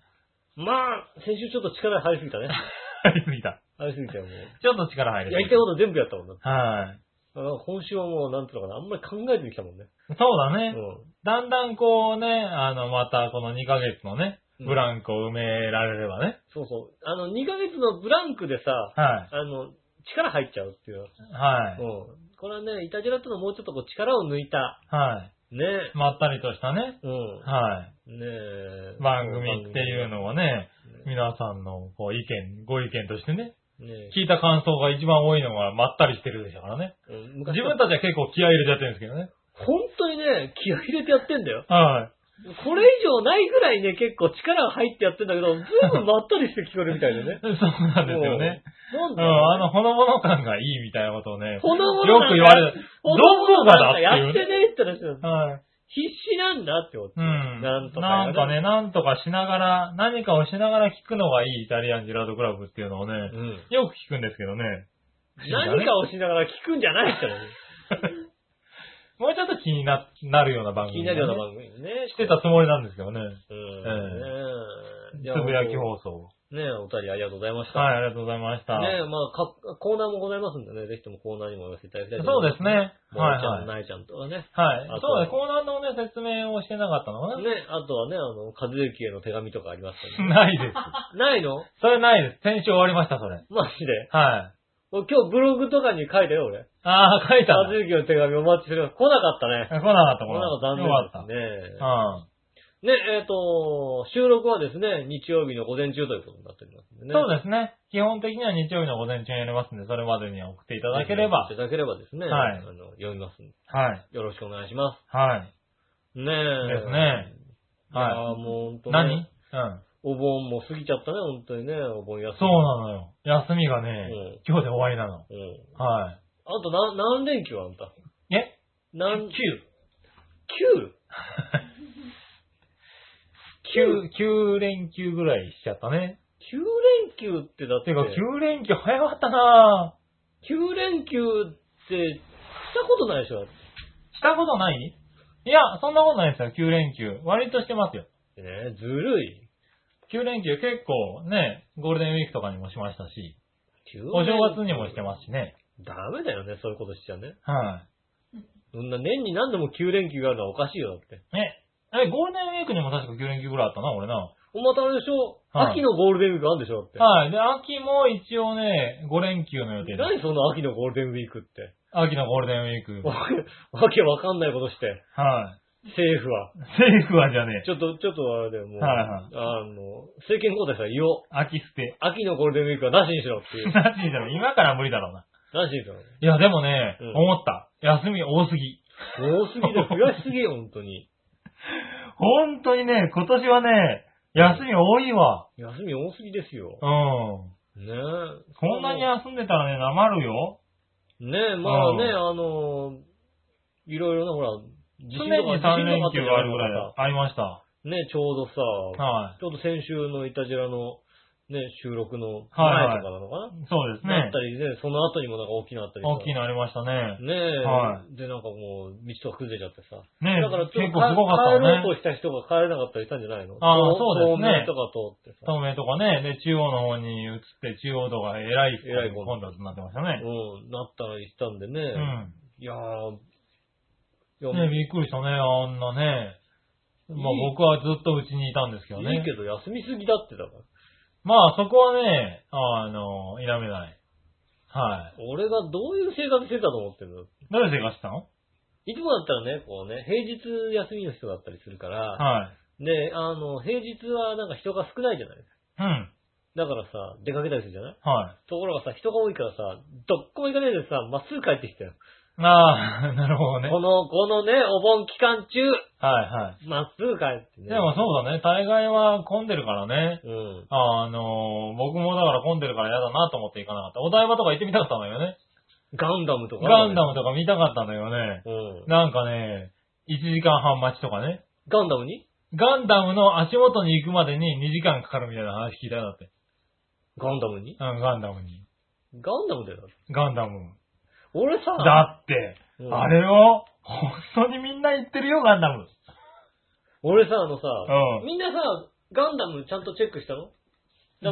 S1: まあ、先週ちょっと力入りす ぎたね。
S2: 入りすぎた。
S1: 入りすぎたよ、もう。
S2: ちょっと力入
S1: や
S2: れ
S1: り
S2: す
S1: た
S2: ぎ
S1: いこと全部やったもんだ。
S2: た。はい。
S1: あの今週はもう、なんていうのかな、あんまり考えてきたもんね。
S2: そうだ
S1: う
S2: ね。
S1: ん。
S2: だんだんこうね、あの、またこの2ヶ月のね、
S1: うん
S2: ブランクを埋められればね。
S1: そうそう。あの、2ヶ月のブランクでさ、
S2: は
S1: あの、力入っちゃうっていう。
S2: い。はい。
S1: うん。これはね、イタジラってのはもうちょっとこう力を抜いた。
S2: は
S1: ね。
S2: い。まったりとしたね。
S1: うん。
S2: は
S1: ねえ
S2: い。番組っていうのはね、
S1: ね
S2: 皆さんのこう意見、ご意見としてね、
S1: ね
S2: 聞いた感想が一番多いのはまったりしてるでしたからね。
S1: うん
S2: 自
S1: 昔は
S2: 分たちは結構気合い入れちゃってるんですけどね。
S1: 本当にね、気合い入れてやってんだよ。
S2: は
S1: これ以上ないぐらいね、結構力が入ってやってんだけど、ずいぶんまったりして聞こえるみたいでね
S2: い。。そうなんですよね。
S1: なん
S2: うん、
S1: だろうね
S2: あの、ほのぼの感がいいみたいなことをね、
S1: ほのぼ
S2: よ
S1: の
S2: く言われる。ど
S1: ほのぼの
S2: こがだって
S1: や
S2: い
S1: っ
S2: う
S1: て
S2: ね。
S1: ねえって話なんだ
S2: はい。
S1: 必死なんだってこと。
S2: うん。
S1: なんとかや
S2: な
S1: ら
S2: んかね、なんとかしながら、何かをしながら聞くのがいいイタリアンジェラードクラブっていうのをね、
S1: うん。
S2: よく聞くんですけどね。
S1: 何かをしながら聞くんじゃないってのね
S2: もうちょっと気にななるような番
S1: 気
S2: 組、
S1: になるような番組ね。
S2: してたつもりなんですけどね。
S1: うん。ねえ
S2: つぶやき放送。
S1: ねえ、お二人ありがとうございました。
S2: はい、ありがとうございました。
S1: ねえ、まあか、コーナーもございますんでね、ぜひともコーナーにもお寄せいただきたいと
S2: そう
S1: 思います。
S2: ですね。はい、
S1: 萌えちゃん、
S2: はい。
S1: なえちゃんとかね。
S2: はい
S1: あ。と
S2: そう
S1: は
S2: だ、コーナーのね、説明をしてなかったのかな、
S1: ね、あとはね、あの、和之への手紙とかありますからね。
S2: ないです。
S1: ないの
S2: それないです。先週終わりました、それ。
S1: マジで。
S2: はい。
S1: 俺今日ブログとかに書いたよ、俺。
S2: ああ、書いたん
S1: 和
S2: だ。
S1: 之への手紙お待ちしてる。来なかった ね。
S2: 来なか
S1: 来
S2: った、こ
S1: なか
S2: れ。
S1: った、残
S2: よか
S1: 念
S2: った。
S1: ですね。
S2: うん。
S1: ね、えっ、と、収録はですね、日曜日の午前中ということになっておりますんでね。
S2: そうですね。基本的には日曜日の午前中にやりますんで、それまでには送っていただければ
S1: い。ただければですね、
S2: はい
S1: あの読みますんで。
S2: はい。
S1: よろしくお願いしま
S2: はい。
S1: す。ねえ。
S2: ですね。
S1: いやー
S2: は
S1: もう本当
S2: 何う
S1: ね
S2: ん。そ
S1: お盆も過ぎちゃったね、本当にね。お盆休み。
S2: うなのよ。休みが
S1: う
S2: ね
S1: ん、
S2: 今日で終わりなの。
S1: うん。
S2: は
S1: あとな何連休あんた
S2: い。え
S1: 何、
S2: ?9。9連休ぐらいしちゃったね。
S1: 9?9 連休ってだって、
S2: てか、9連休早かったなぁ。
S1: 9連休って、したことないでしょだっ
S2: したことないいや、そんなことないですよ、9連休。割としてますよ。
S1: てね、ずるい。
S2: 9連休結構ね、ゴールデンウィークとかにもしましたし、
S1: 9
S2: お正月にもしてますしね。
S1: ダメだよね、そういうことしちゃね。
S2: はい。
S1: そんな年に何度も9連休があるのはおかしいよ、だって。
S2: え、え、ゴールデンウィークにも確か9連休ぐらいあったな、俺な。
S1: おまたあれでしょ、
S2: はい
S1: 秋のゴールデンウィークあるんでしょだって。
S2: はい。で、秋も一応ね、5連休の予定で。
S1: 何その秋のゴールデンウィークって。
S2: 秋のゴールデンウィーク。
S1: わけ、わけわかんないことして、
S2: は
S1: 政府は。
S2: い。政府はじゃねえ。
S1: ちょっと、ちょっとあれでもう、
S2: はい
S1: あの、政権交代したら言おう。
S2: 秋捨て。
S1: 秋のゴールデンウィークはなしにしろって いう。
S2: マジでね今から無理だろうな。
S1: なしにしろ。
S2: いや、でもね、
S1: うん
S2: 思った。休み多すぎ。
S1: 多すぎだよ。増やしすぎよ、本当に。
S2: 本当にね、今年はね、休み多いわ。
S1: 休み多すぎですよ
S2: う。ん。
S1: ねえ。
S2: こんなに休んでたらね、なまるよ。
S1: ねえ、まあね、
S2: う
S1: あの、いろいろな、ほら、地
S2: 常に3連休があるぐらいだ
S1: さ。
S2: ありました。
S1: ねえ、ちょうどさ、
S2: は
S1: ちょうど先週のイタジラの、ね、収録の前とかなのかな、
S2: い。そうです
S1: な
S2: ね
S1: った。りね、その後にもなんか大きなあったりさ
S2: 大きいのありましたね。
S1: ねえ、
S2: は
S1: で、なんかもう、道とか崩れちゃってさ。
S2: ね
S1: だからちょっと
S2: 結構すごかった
S1: 帰
S2: ね
S1: ろうとした人が帰れなかったりしたんじゃないの
S2: ああ
S1: と
S2: そうですね
S1: 透明とか通ってさ。
S2: 東名とかね、で、中央の方に移って、中央とか偉い
S1: 偉い混
S2: 混雑になってましたね。
S1: うん、なったりしたんでね。
S2: うん。
S1: いやー、いや、
S2: ね、びっくりしたね、あんなね。まあ僕はずっとうちにいたんですけど
S1: いい
S2: ね。
S1: けど休みすぎだってだから。
S2: まあそこはね、あの、否めない。は
S1: 俺がどういう生活してたと思ってるの
S2: い。どういう生活したの
S1: いつもだったらね、こうね、平日休みの人だったりするから、
S2: はい。
S1: で、あの、平日はなんか人が少ないじゃない
S2: うん。
S1: だからさ、出かけたりするじゃない
S2: はい。
S1: ところがさ、人が多いからさ、どっこも行かねえでさ、まっすぐ帰ってきたよ。
S2: ああ、 なるほどね。
S1: この、このね、お盆期間中、
S2: はいは
S1: まっすぐ帰って
S2: い。
S1: ね。
S2: でもそうだね、大概は混んでるからね。
S1: うん。
S2: あの、僕もだから混んでるから嫌だなと思って行かなかった。お台場とか行ってみたかったんだよね。
S1: ガンダムとか。
S2: ガンダムとか見たかったんだよね。
S1: ム。うん。
S2: なんかね、1時間半待ちとかね。
S1: ガンダムに
S2: ガンダムの足元に行くまでに2時間かかるみたいな話聞いたよだって。
S1: ガンダムに
S2: うん、ガンダムに。
S1: ガンダムだよ。
S2: ガンダム。
S1: 俺さ、
S2: だって、
S1: うん
S2: あれを、本当にみんな言ってるよ、ガンダム。
S1: 俺さ、あのさ、
S2: うん
S1: みんなさ、ガンダムちゃんとチェックしたの
S2: チェ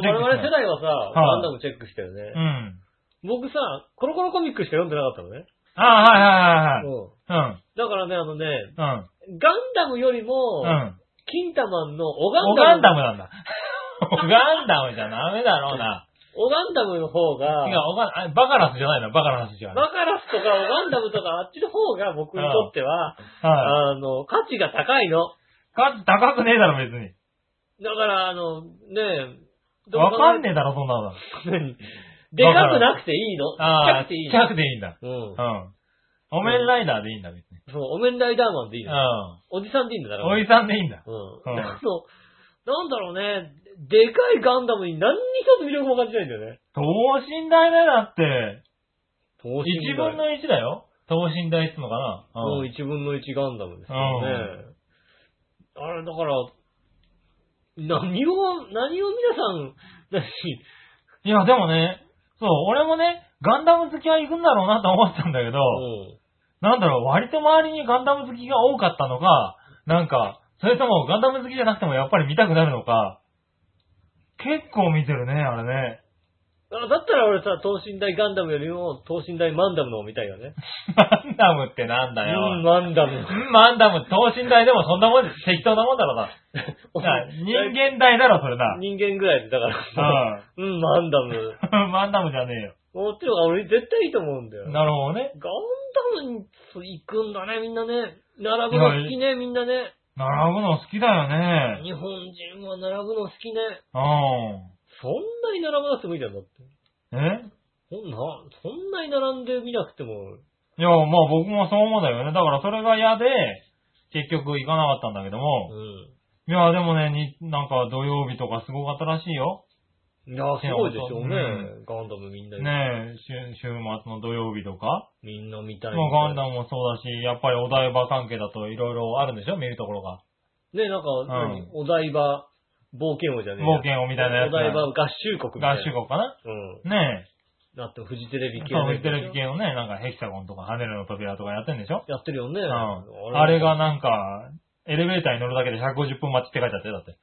S1: だ
S2: ック
S1: か
S2: した
S1: ら我々世代はさ、
S2: はい
S1: ガンダムチェックしたよね
S2: う。ん。
S1: 僕さ、コロコロコミックしか読んでなかったのね。
S2: ああ、はいはいはいはい。
S1: うん。
S2: うん。
S1: だからね、あのね、
S2: うん。
S1: ガンダムよりも、
S2: うん。
S1: キンタマンのオガン
S2: オガン
S1: ダ
S2: ダ
S1: ム
S2: ムなんだ。オガンダムじゃダメだろうな。
S1: オガンダムの方が
S2: 違、う、オガン、あバカラスじゃないのバカラスじゃない。
S1: マカラスとかオガンダムとかあっちの方が僕にとっては、
S2: はい。
S1: あの、価値が高いの。
S2: 価値高くねえだろ、別に。
S1: だから、あの、ねえ、
S2: わかん
S1: ね
S2: ねえだろ、そんなの。
S1: でかくなくていいの。近
S2: ああ、
S1: くていい
S2: 近
S1: の。
S2: くでいいんだ。
S1: うん
S2: う。ん。お面ライダーでいいんだ、別に。
S1: そう、お面ライダーマンでいいうの。おじさんでいいんだか
S2: ん。
S1: ら。
S2: おじさんでいいんだ。
S1: うん。
S2: うん
S1: あのなんだろうね、でかいガンダムに何に一つ魅力も感じないんだよね。
S2: 等身大だよ、だって。
S1: 等
S2: 一
S1: 大
S2: 分の一だよ。等身大っつうのかな。
S1: もう
S2: うん。
S1: 1分の1ガンダムですからね。あれ、だから、何を、何を皆さん、 だし、
S2: いや、でもね、そう、俺もね、ガンダム好きは行くんだろうなと思ったんだけど、
S1: うん
S2: なんだろう、割と周りにガンダム好きが多かったのか、なんか、それともガンダム好きじゃなくてもやっぱり見たくなるのか、結構見てるね、あれね。
S1: あだったら俺さ、等身大ガンダムよりも、等身大マンダムの方見たいよ ね。
S2: ガンダムってなん
S1: う
S2: だ
S1: ん、
S2: よ。
S1: マン ダム。
S2: うんマンダム、等身大でもそんなもん、適当なもんだろうな。
S1: お
S2: いや 人間大だろ、それな。
S1: 人間ぐらいだからさ、
S2: う
S1: うん、マンダム。
S2: ん。 マンダムじゃねえよ。
S1: もちろん俺絶対いいと思うんだよ。
S2: なるほどね。
S1: ガンダムに行くんだね、みんなね。並ぶの好きね、みんなね。
S2: 並ぶの好きだよね。
S1: 日本人は並ぶの好きね。
S2: うん。
S1: そんなに並ばなくてもいいじゃんだって。
S2: え
S1: そんな、そんなに並んでみなくても、
S2: いや、まあ僕もそう思うんだよね。だからそれが嫌で、結局行かなかったんだけど
S1: う
S2: も。
S1: ん。
S2: いや、でもね、に、なんか土曜日とかすごかったらしいよ。
S1: いや、すごいでしょうね。
S2: う
S1: ガンダムみんな、
S2: ねえ、週週末の土曜日とか。
S1: みんな見た
S2: ま
S1: い
S2: あ
S1: みたい。
S2: ガンダムもそうだし、やっぱりお台場関係だと色々あるんでしょ見るところが。
S1: ね、なんか、何お台場冒険王じゃねえや
S2: 冒険王みたいなやつ
S1: お台場合衆国みたいな。
S2: 合衆。国かな
S1: うん。
S2: ね
S1: だってフジテレ
S2: え
S1: ビ。系
S2: そ
S1: の
S2: う、
S1: やつ
S2: フジテレビ系のね、なんかヘキサゴンとかハネルの扉とかやってんでしょ
S1: やってるよね。
S2: うん。あれが。なんか、エレベーターに乗るだけで150分待ちって書いてあったよ、だって。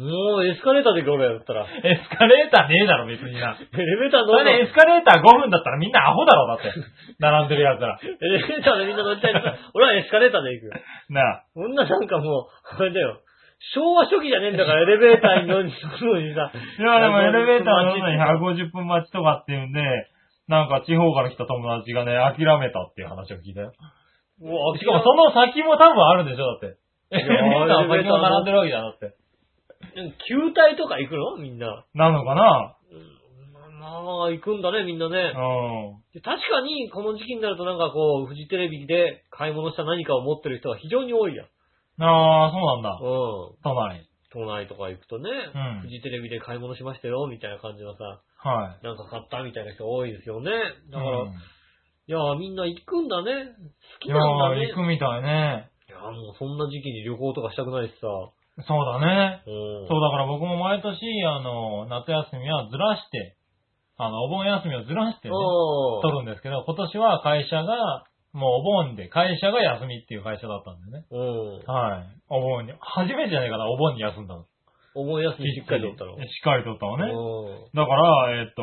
S1: もうエスカレーターで行く俺だったら。
S2: エスカレーターねえだろ、別にな。
S1: エレベーター
S2: そ
S1: 乗るの
S2: れでエスカレーター5分だったらみんなアホだ ろ、だって。並んでるやつら。
S1: エレベーターでみんな乗りたいんだったら。俺はエスカレーターで行くよ。
S2: なあ。
S1: こんななんかもう、あれだよ。昭和初期じゃねえんだから、エレベーターに乗り乗るのにさ。
S2: いや、でもエレベーター乗るのに150分待ちとかっていうんで、なんか地方から来た友達がね、諦めたっていう話を聞いたよ。
S1: もう、
S2: しかもその先も多分あるんでしょ、だって。エレベーターの先も並んでるわけじゃなくて。
S1: 球体とか行くのみんな。
S2: なのかな
S1: まあ、行くんだね、みんな
S2: う
S1: ね。
S2: ん。
S1: で確かに、この時期になるとなんかこう、フジテレビで買い物した何かを持ってる人が非常に多いや。
S2: ああ、そうなん
S1: う
S2: だ。
S1: ん。
S2: 都内。
S1: 都内とか行くとね、
S2: うん
S1: フジテレビで買い物しましたよ、みたいな感じのさ、
S2: は
S1: なんか買ったみたいな人多いですよね。
S2: い。
S1: だから、
S2: うん
S1: いやーみんな行くんだね。好
S2: い
S1: き
S2: やー
S1: なんだね。い
S2: 行くみたいね。
S1: やーもうそんな時期に旅行とかしたくないしさ。
S2: そうだね。
S1: うん。
S2: そうだから僕も毎年、あの、夏休みはずらして、あの、お盆休みをずらしてね、
S1: うん
S2: 取るんですけど、今年は会社が、もうお盆で、会社が休みっていう会社だったんでね。
S1: うん。
S2: はい。お盆に、初めてじゃないかな、お盆に休んだの。
S1: 思い休みしっかり取ったの。
S2: しっかり取ったのね。
S1: うん
S2: だから、えっと、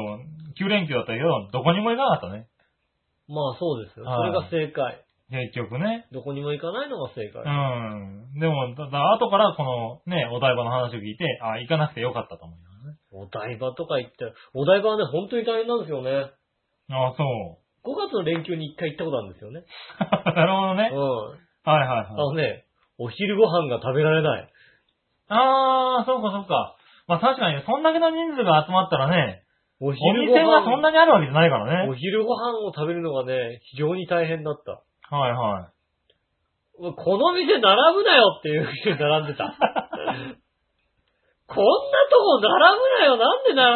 S2: 9連休だったけど、どこにも行かなかったね。
S1: まあそうですよ。そ
S2: は
S1: れ
S2: い
S1: が正解。
S2: 結局ね。
S1: どこにも行かないのが正解。
S2: うん。でも、だだ後からこのね、お台場の話を聞いて、あ、行かなくてよかったと思いますね。
S1: お台場とか行って、お台場はね、本当に大変なんですよね。
S2: あ、そ
S1: 5月の連休に1回行ったことあるんですよね。
S2: う。 なるほど
S1: う
S2: ね。
S1: ん。
S2: はいはい
S1: あ
S2: はい。
S1: のね、お昼ご飯が食べられない。
S2: あー、そうかそうか。まあ確かに、そんだけの人数が集まったらね、
S1: お
S2: お
S1: 昼ご
S2: 店
S1: 飯
S2: はそんなにあるわけじゃないから
S1: お
S2: ね。
S1: 昼ご飯を食べるのがね、非常に大変だった。
S2: はいは
S1: うわこの店並ぶなよっていう店に並んで た。こんなとこ並ぶなよな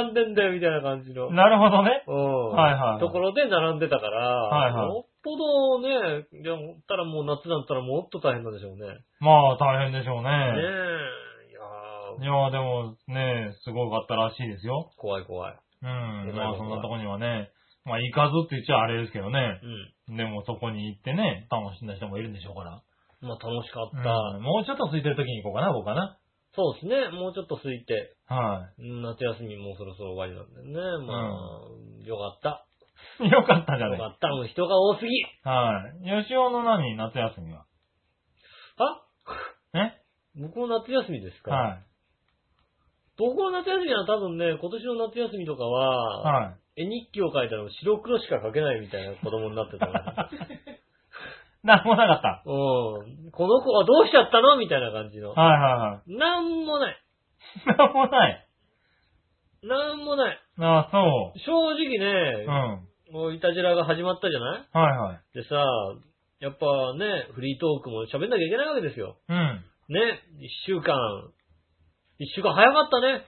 S1: んで並んでんだよみたいな感じの
S2: い。。なるほどね。
S1: うん
S2: はいはいはい
S1: ところで並んでたから、
S2: いはい
S1: よっぽどね、いや、ほったらもう夏だったらもっと大変なんでしょうね。ね
S2: まあ大変でしょ
S1: え、
S2: う
S1: い
S2: ね。
S1: やー
S2: いやでもね、すごかったらしいですよ。
S1: 怖い怖い。
S2: うん。
S1: うん
S2: まあそんなとこにはね、まあ行かずって言っちゃあれですけどね
S1: う。ん。
S2: でもそこに行ってね、楽しんだ人もいるんでしょうから。
S1: まあ楽しかった。
S2: うんもうちょっと空いてる時に行こうかな、僕はな。
S1: そうですね、もうちょっと空いて、
S2: は
S1: うん夏休みもうそろそろ終わりなんでね、まあ、よかった。
S2: い。よかったじゃない。
S1: まあ、多分人が多すぎ。
S2: はい。吉尾の何夏休みは。
S1: あ
S2: ね
S1: 向こう夏休みですか。
S2: はい
S1: 僕の夏休みは多分ね、今年の夏休みとか
S2: い。
S1: は、
S2: は
S1: 絵日記を書いたら白黒しか書けないみたいな子供になってたから。
S2: い。なんもなかった。
S1: うん。この子はどうしちゃったのみたいな感じの。
S2: はいは
S1: なんもない。
S2: い はい。なんもない。
S1: なんもない。
S2: ああ、そ
S1: 正直
S2: う。
S1: ね
S2: うん。、はい
S1: もういたじらが始まったじゃない
S2: はい。
S1: でさ、やっぱね、フリートークも喋んなきゃいけないわけですよ。
S2: うん。
S1: ね、一週間。一週間早かったね。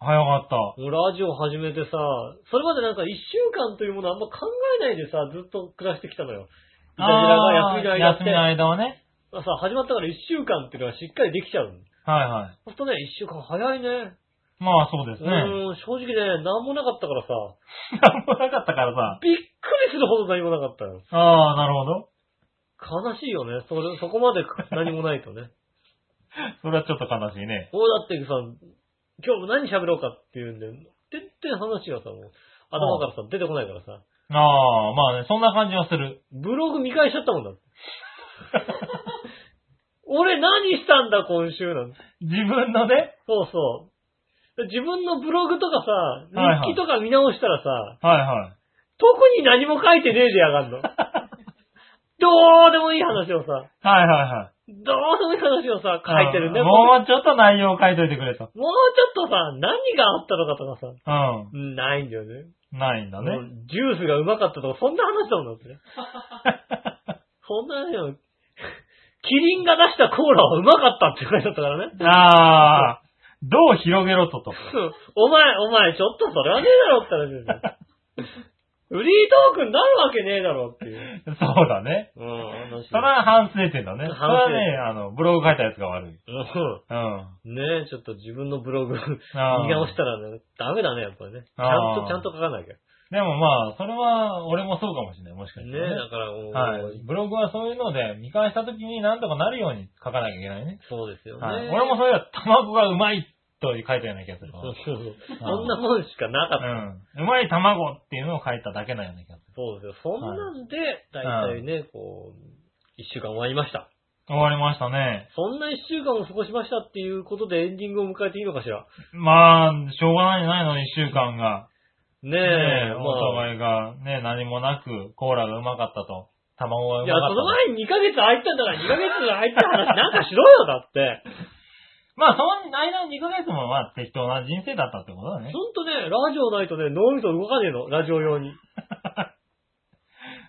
S2: 早かった。
S1: もうラジオ始めてさ、それまでなんか一週間というものあんま考えないでさ、ずっと暮らしてきたのよ。いたじらが休みの間
S2: あ
S1: っ
S2: ー休
S1: て
S2: みの間はね。
S1: さ、始まったから一週間っていうのはしっかりできちゃうの。
S2: はいはい。
S1: ほんとね、一週間早いね。
S2: まあそうです
S1: う
S2: ね。
S1: ーん、正直ね、なんもなかったからさ、
S2: なんもなかったからさ。
S1: びっくりするほど何もなかったよ。
S2: ああ、なるほど。
S1: 悲しいよね。それ、そこまで何もないとね。
S2: それはちょっと悲しいね。
S1: こうだってさ、今日も何喋ろうかっていうんで、てってん話がさ、もう、頭からさ、出てこないからさ、
S2: ああ、まあね、そんな感じはする。
S1: ブログ見返しちゃったもんだって。 俺何したんだ今週なんて。
S2: 自分のね。
S1: そうそう。自分のブログとか
S2: はいは
S1: さ、
S2: い
S1: 日記とか見直したらさ、
S2: はいはい。
S1: 特に何も書いてねえでや がんの。どうでもいい話をさ、
S2: はいはいはい。
S1: どうでもいい話をさ、書いてるね。
S2: うん
S1: も
S2: もうちょっと内容を書いといてくれと。
S1: うもうちょっとさ、何があったのかとかさ、
S2: う
S1: うんないんだよね。
S2: ん。ないんだ
S1: もう
S2: ね。
S1: ジュースがうまかったとか、そんな話だもんだってね。 そんな話だもんキリンが出したコーラはうまかったって書いてあったからね。
S2: ああ、どう広げろ とと。
S1: そうお前、お前、ちょっとそれはねえだろって話ですよ。フリートークになるわけねえだろっていう。
S2: そうだね。
S1: うん、話
S2: それは反省点だね。それ
S1: 反省
S2: はね、あの、ブログ書いたやつが悪い。
S1: うん
S2: うん。あ
S1: ねえ、ちょっと自分のブログ見
S2: あ
S1: 直したらね、ダメだね、やっぱりね。ちゃん
S2: あ
S1: と、
S2: あ
S1: ちゃんと書かなきゃ。ね
S2: でもまあ、それは、俺もそうかもしれない。もしかしてね。
S1: え、だからもう、
S2: はい。ブログはそういうので、見返した時になんとかなるように書かなきゃいけないね。
S1: そうですよね。
S2: はい。俺もそれは、卵がうまいと書いたような気がするわ。
S1: そうそうそう。そんなもんしかなかった。
S2: うん。うまい卵っていうのを書いただけなような気がする。
S1: そうですよ。そんなんで、大体ね、こう、一週間終わりました。
S2: 終わりましたね。
S1: そんな一週間を過ごしましたっていうことでエンディングを迎えていいのかしら。
S2: まあ、しょうがないんじゃないの、一週間が。
S1: ね
S2: ね
S1: え、ま
S2: お
S1: あ。
S2: 互いが、ね何もなく、コーラがうまかったと、卵がう
S1: いや、そ
S2: まか
S1: の
S2: ったと。
S1: 前に2ヶ月空いたんだから、2ヶ月空いた 話なんかしろよ、だって。
S2: まあ、その間の2ヶ月も、まあ、適当な人生だったってことだね。
S1: ほんとね、ラジオないとね、脳みそ動かねえの、ラジオ用に。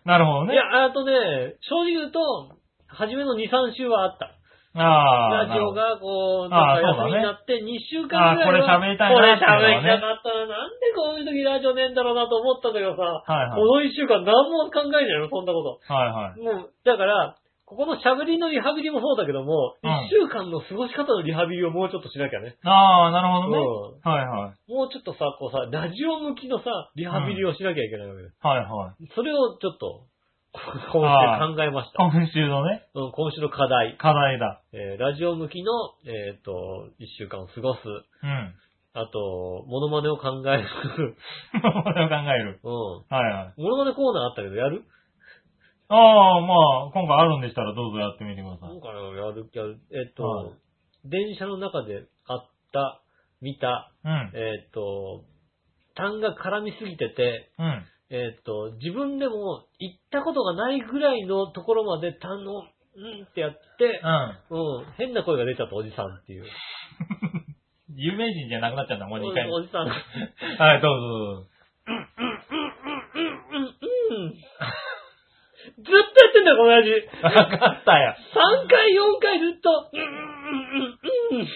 S2: なるほど
S1: い
S2: ね。
S1: や、あとね、正直言うと、初めの2、3週はあった。
S2: ああ、
S1: ラジオ
S2: な
S1: が
S2: る
S1: こう、な
S2: あ
S1: んか休
S2: ー
S1: みになって、2週間ぐらいは。
S2: あーこれ喋りたいなってい
S1: こ
S2: うの
S1: れ喋りたかったな。なんでこういう
S2: はね
S1: 時ラジオねえんだろうなと思ったんだけどさ、
S2: はいはい
S1: この1週間何も考えないの、そんなこと。
S2: ほどはいはい。
S1: もう、だから、ここの喋りのリハビリもそうだけども、
S2: うん
S1: 1週間の過ごし方のリハビリをもうちょっとしなきゃね。
S2: ああ、なるほどね。
S1: う
S2: はいはい。
S1: もうちょっとさ、こうさ、ラジオ向きのさ、リハビリをしなきゃいけないわけです。
S2: はいはい。
S1: それをちょっと、こう
S2: あ
S1: 今週考えました。
S2: 今週のね、
S1: うん今週の課題。
S2: 課題だ。
S1: えーラジオ向きの、えっ、と、一週間を過ごす。
S2: うん。
S1: あと、モノマネを考える。
S2: これを考える。
S1: うん。
S2: はいはい。
S1: モノマネコーナーあったけど、やる
S2: ああ、まあ、今回あるんでしたらどうぞやってみてくださ
S1: なん
S2: い。
S1: かなやる、やる。えっ、と、
S2: は
S1: 電車の中であった、見た、
S2: うん。
S1: えっ、と、単が絡みすぎてて、
S2: うん。
S1: えっ、と、自分でも行ったことがないぐらいのところまで単を、うんってやって、
S2: うん。
S1: うん、変な声が出ちゃったおじさんっていう。
S2: 有名人じゃなくなっちゃうんだ、もう2回。
S1: おじさんが。
S2: はい、どうぞどうぞ。
S1: うんうんずっとやってんだよ、この親父。
S2: わかったよ。
S1: 3回、4回ずっと、うんうんうんうん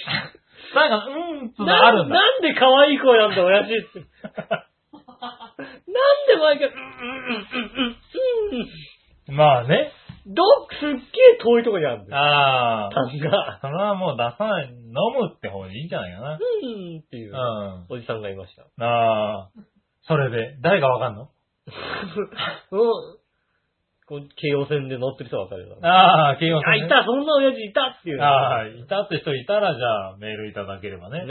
S2: なんか、うんつ
S1: うん。
S2: があるんだ。
S1: なんで可愛い声なんだ、親父 って。なんで毎回、うんうんうんうん
S2: まあね。
S1: うん。どっ、すっげえ遠いとこにあるんだよ。
S2: ああ。
S1: 単が、
S2: それはもう出さない、飲むって方でいいんじゃないか
S1: うんっていう、
S2: な。
S1: おじさんがいました。
S2: うん。ああ。それで、誰がわかんの
S1: うん。こう京王線で乗ってる人はわかるよ。
S2: ああ、慶応さ
S1: あ、
S2: ん、
S1: いた、そんな親父いたっていうね。
S2: ああ、いたって人いたら、じゃあ、メールいただければね。
S1: ね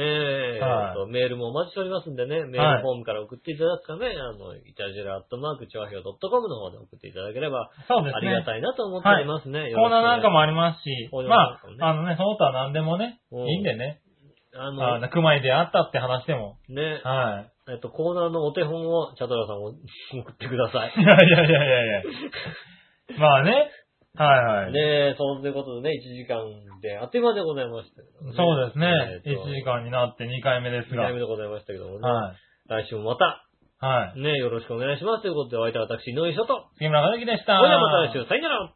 S1: え、
S2: はい
S1: そうメールもお待ちしておりますんでね、メールフォームから送っていただくかね、あの、イタジェラアットマーク、調和表 .com の方で送っていただければ、
S2: そうですね。
S1: ありがたいなと思っておりますね。よ
S2: コ
S1: ろしく
S2: ーナ
S1: ね
S2: ーなんかもありますし、
S1: コーナ
S2: ま
S1: ーなんかもね
S2: あ、あのね、その他何でもね、
S1: うん
S2: いいんでね、
S1: あの、
S2: あの、熊井で会ったって話でも、
S1: ね、
S2: は
S1: えっと、コーナーのお手本を、チャドラさんも 送ってください
S2: い。。いやいやいやいやいや。 まあね、はいはい。
S1: ねえ、そういうことでね、1時間で、あっという間でございましたけど、
S2: そうですね、
S1: えっと
S2: 1時間になって2回目です
S1: 二
S2: が、
S1: 回目でございましたけどもね、
S2: はい。
S1: 来週もまた、
S2: はい。
S1: ね、よろしくお願いしますということで、お相手は私、井上翔と、
S2: 杉村和樹でした。
S1: それではまた来週、さよなら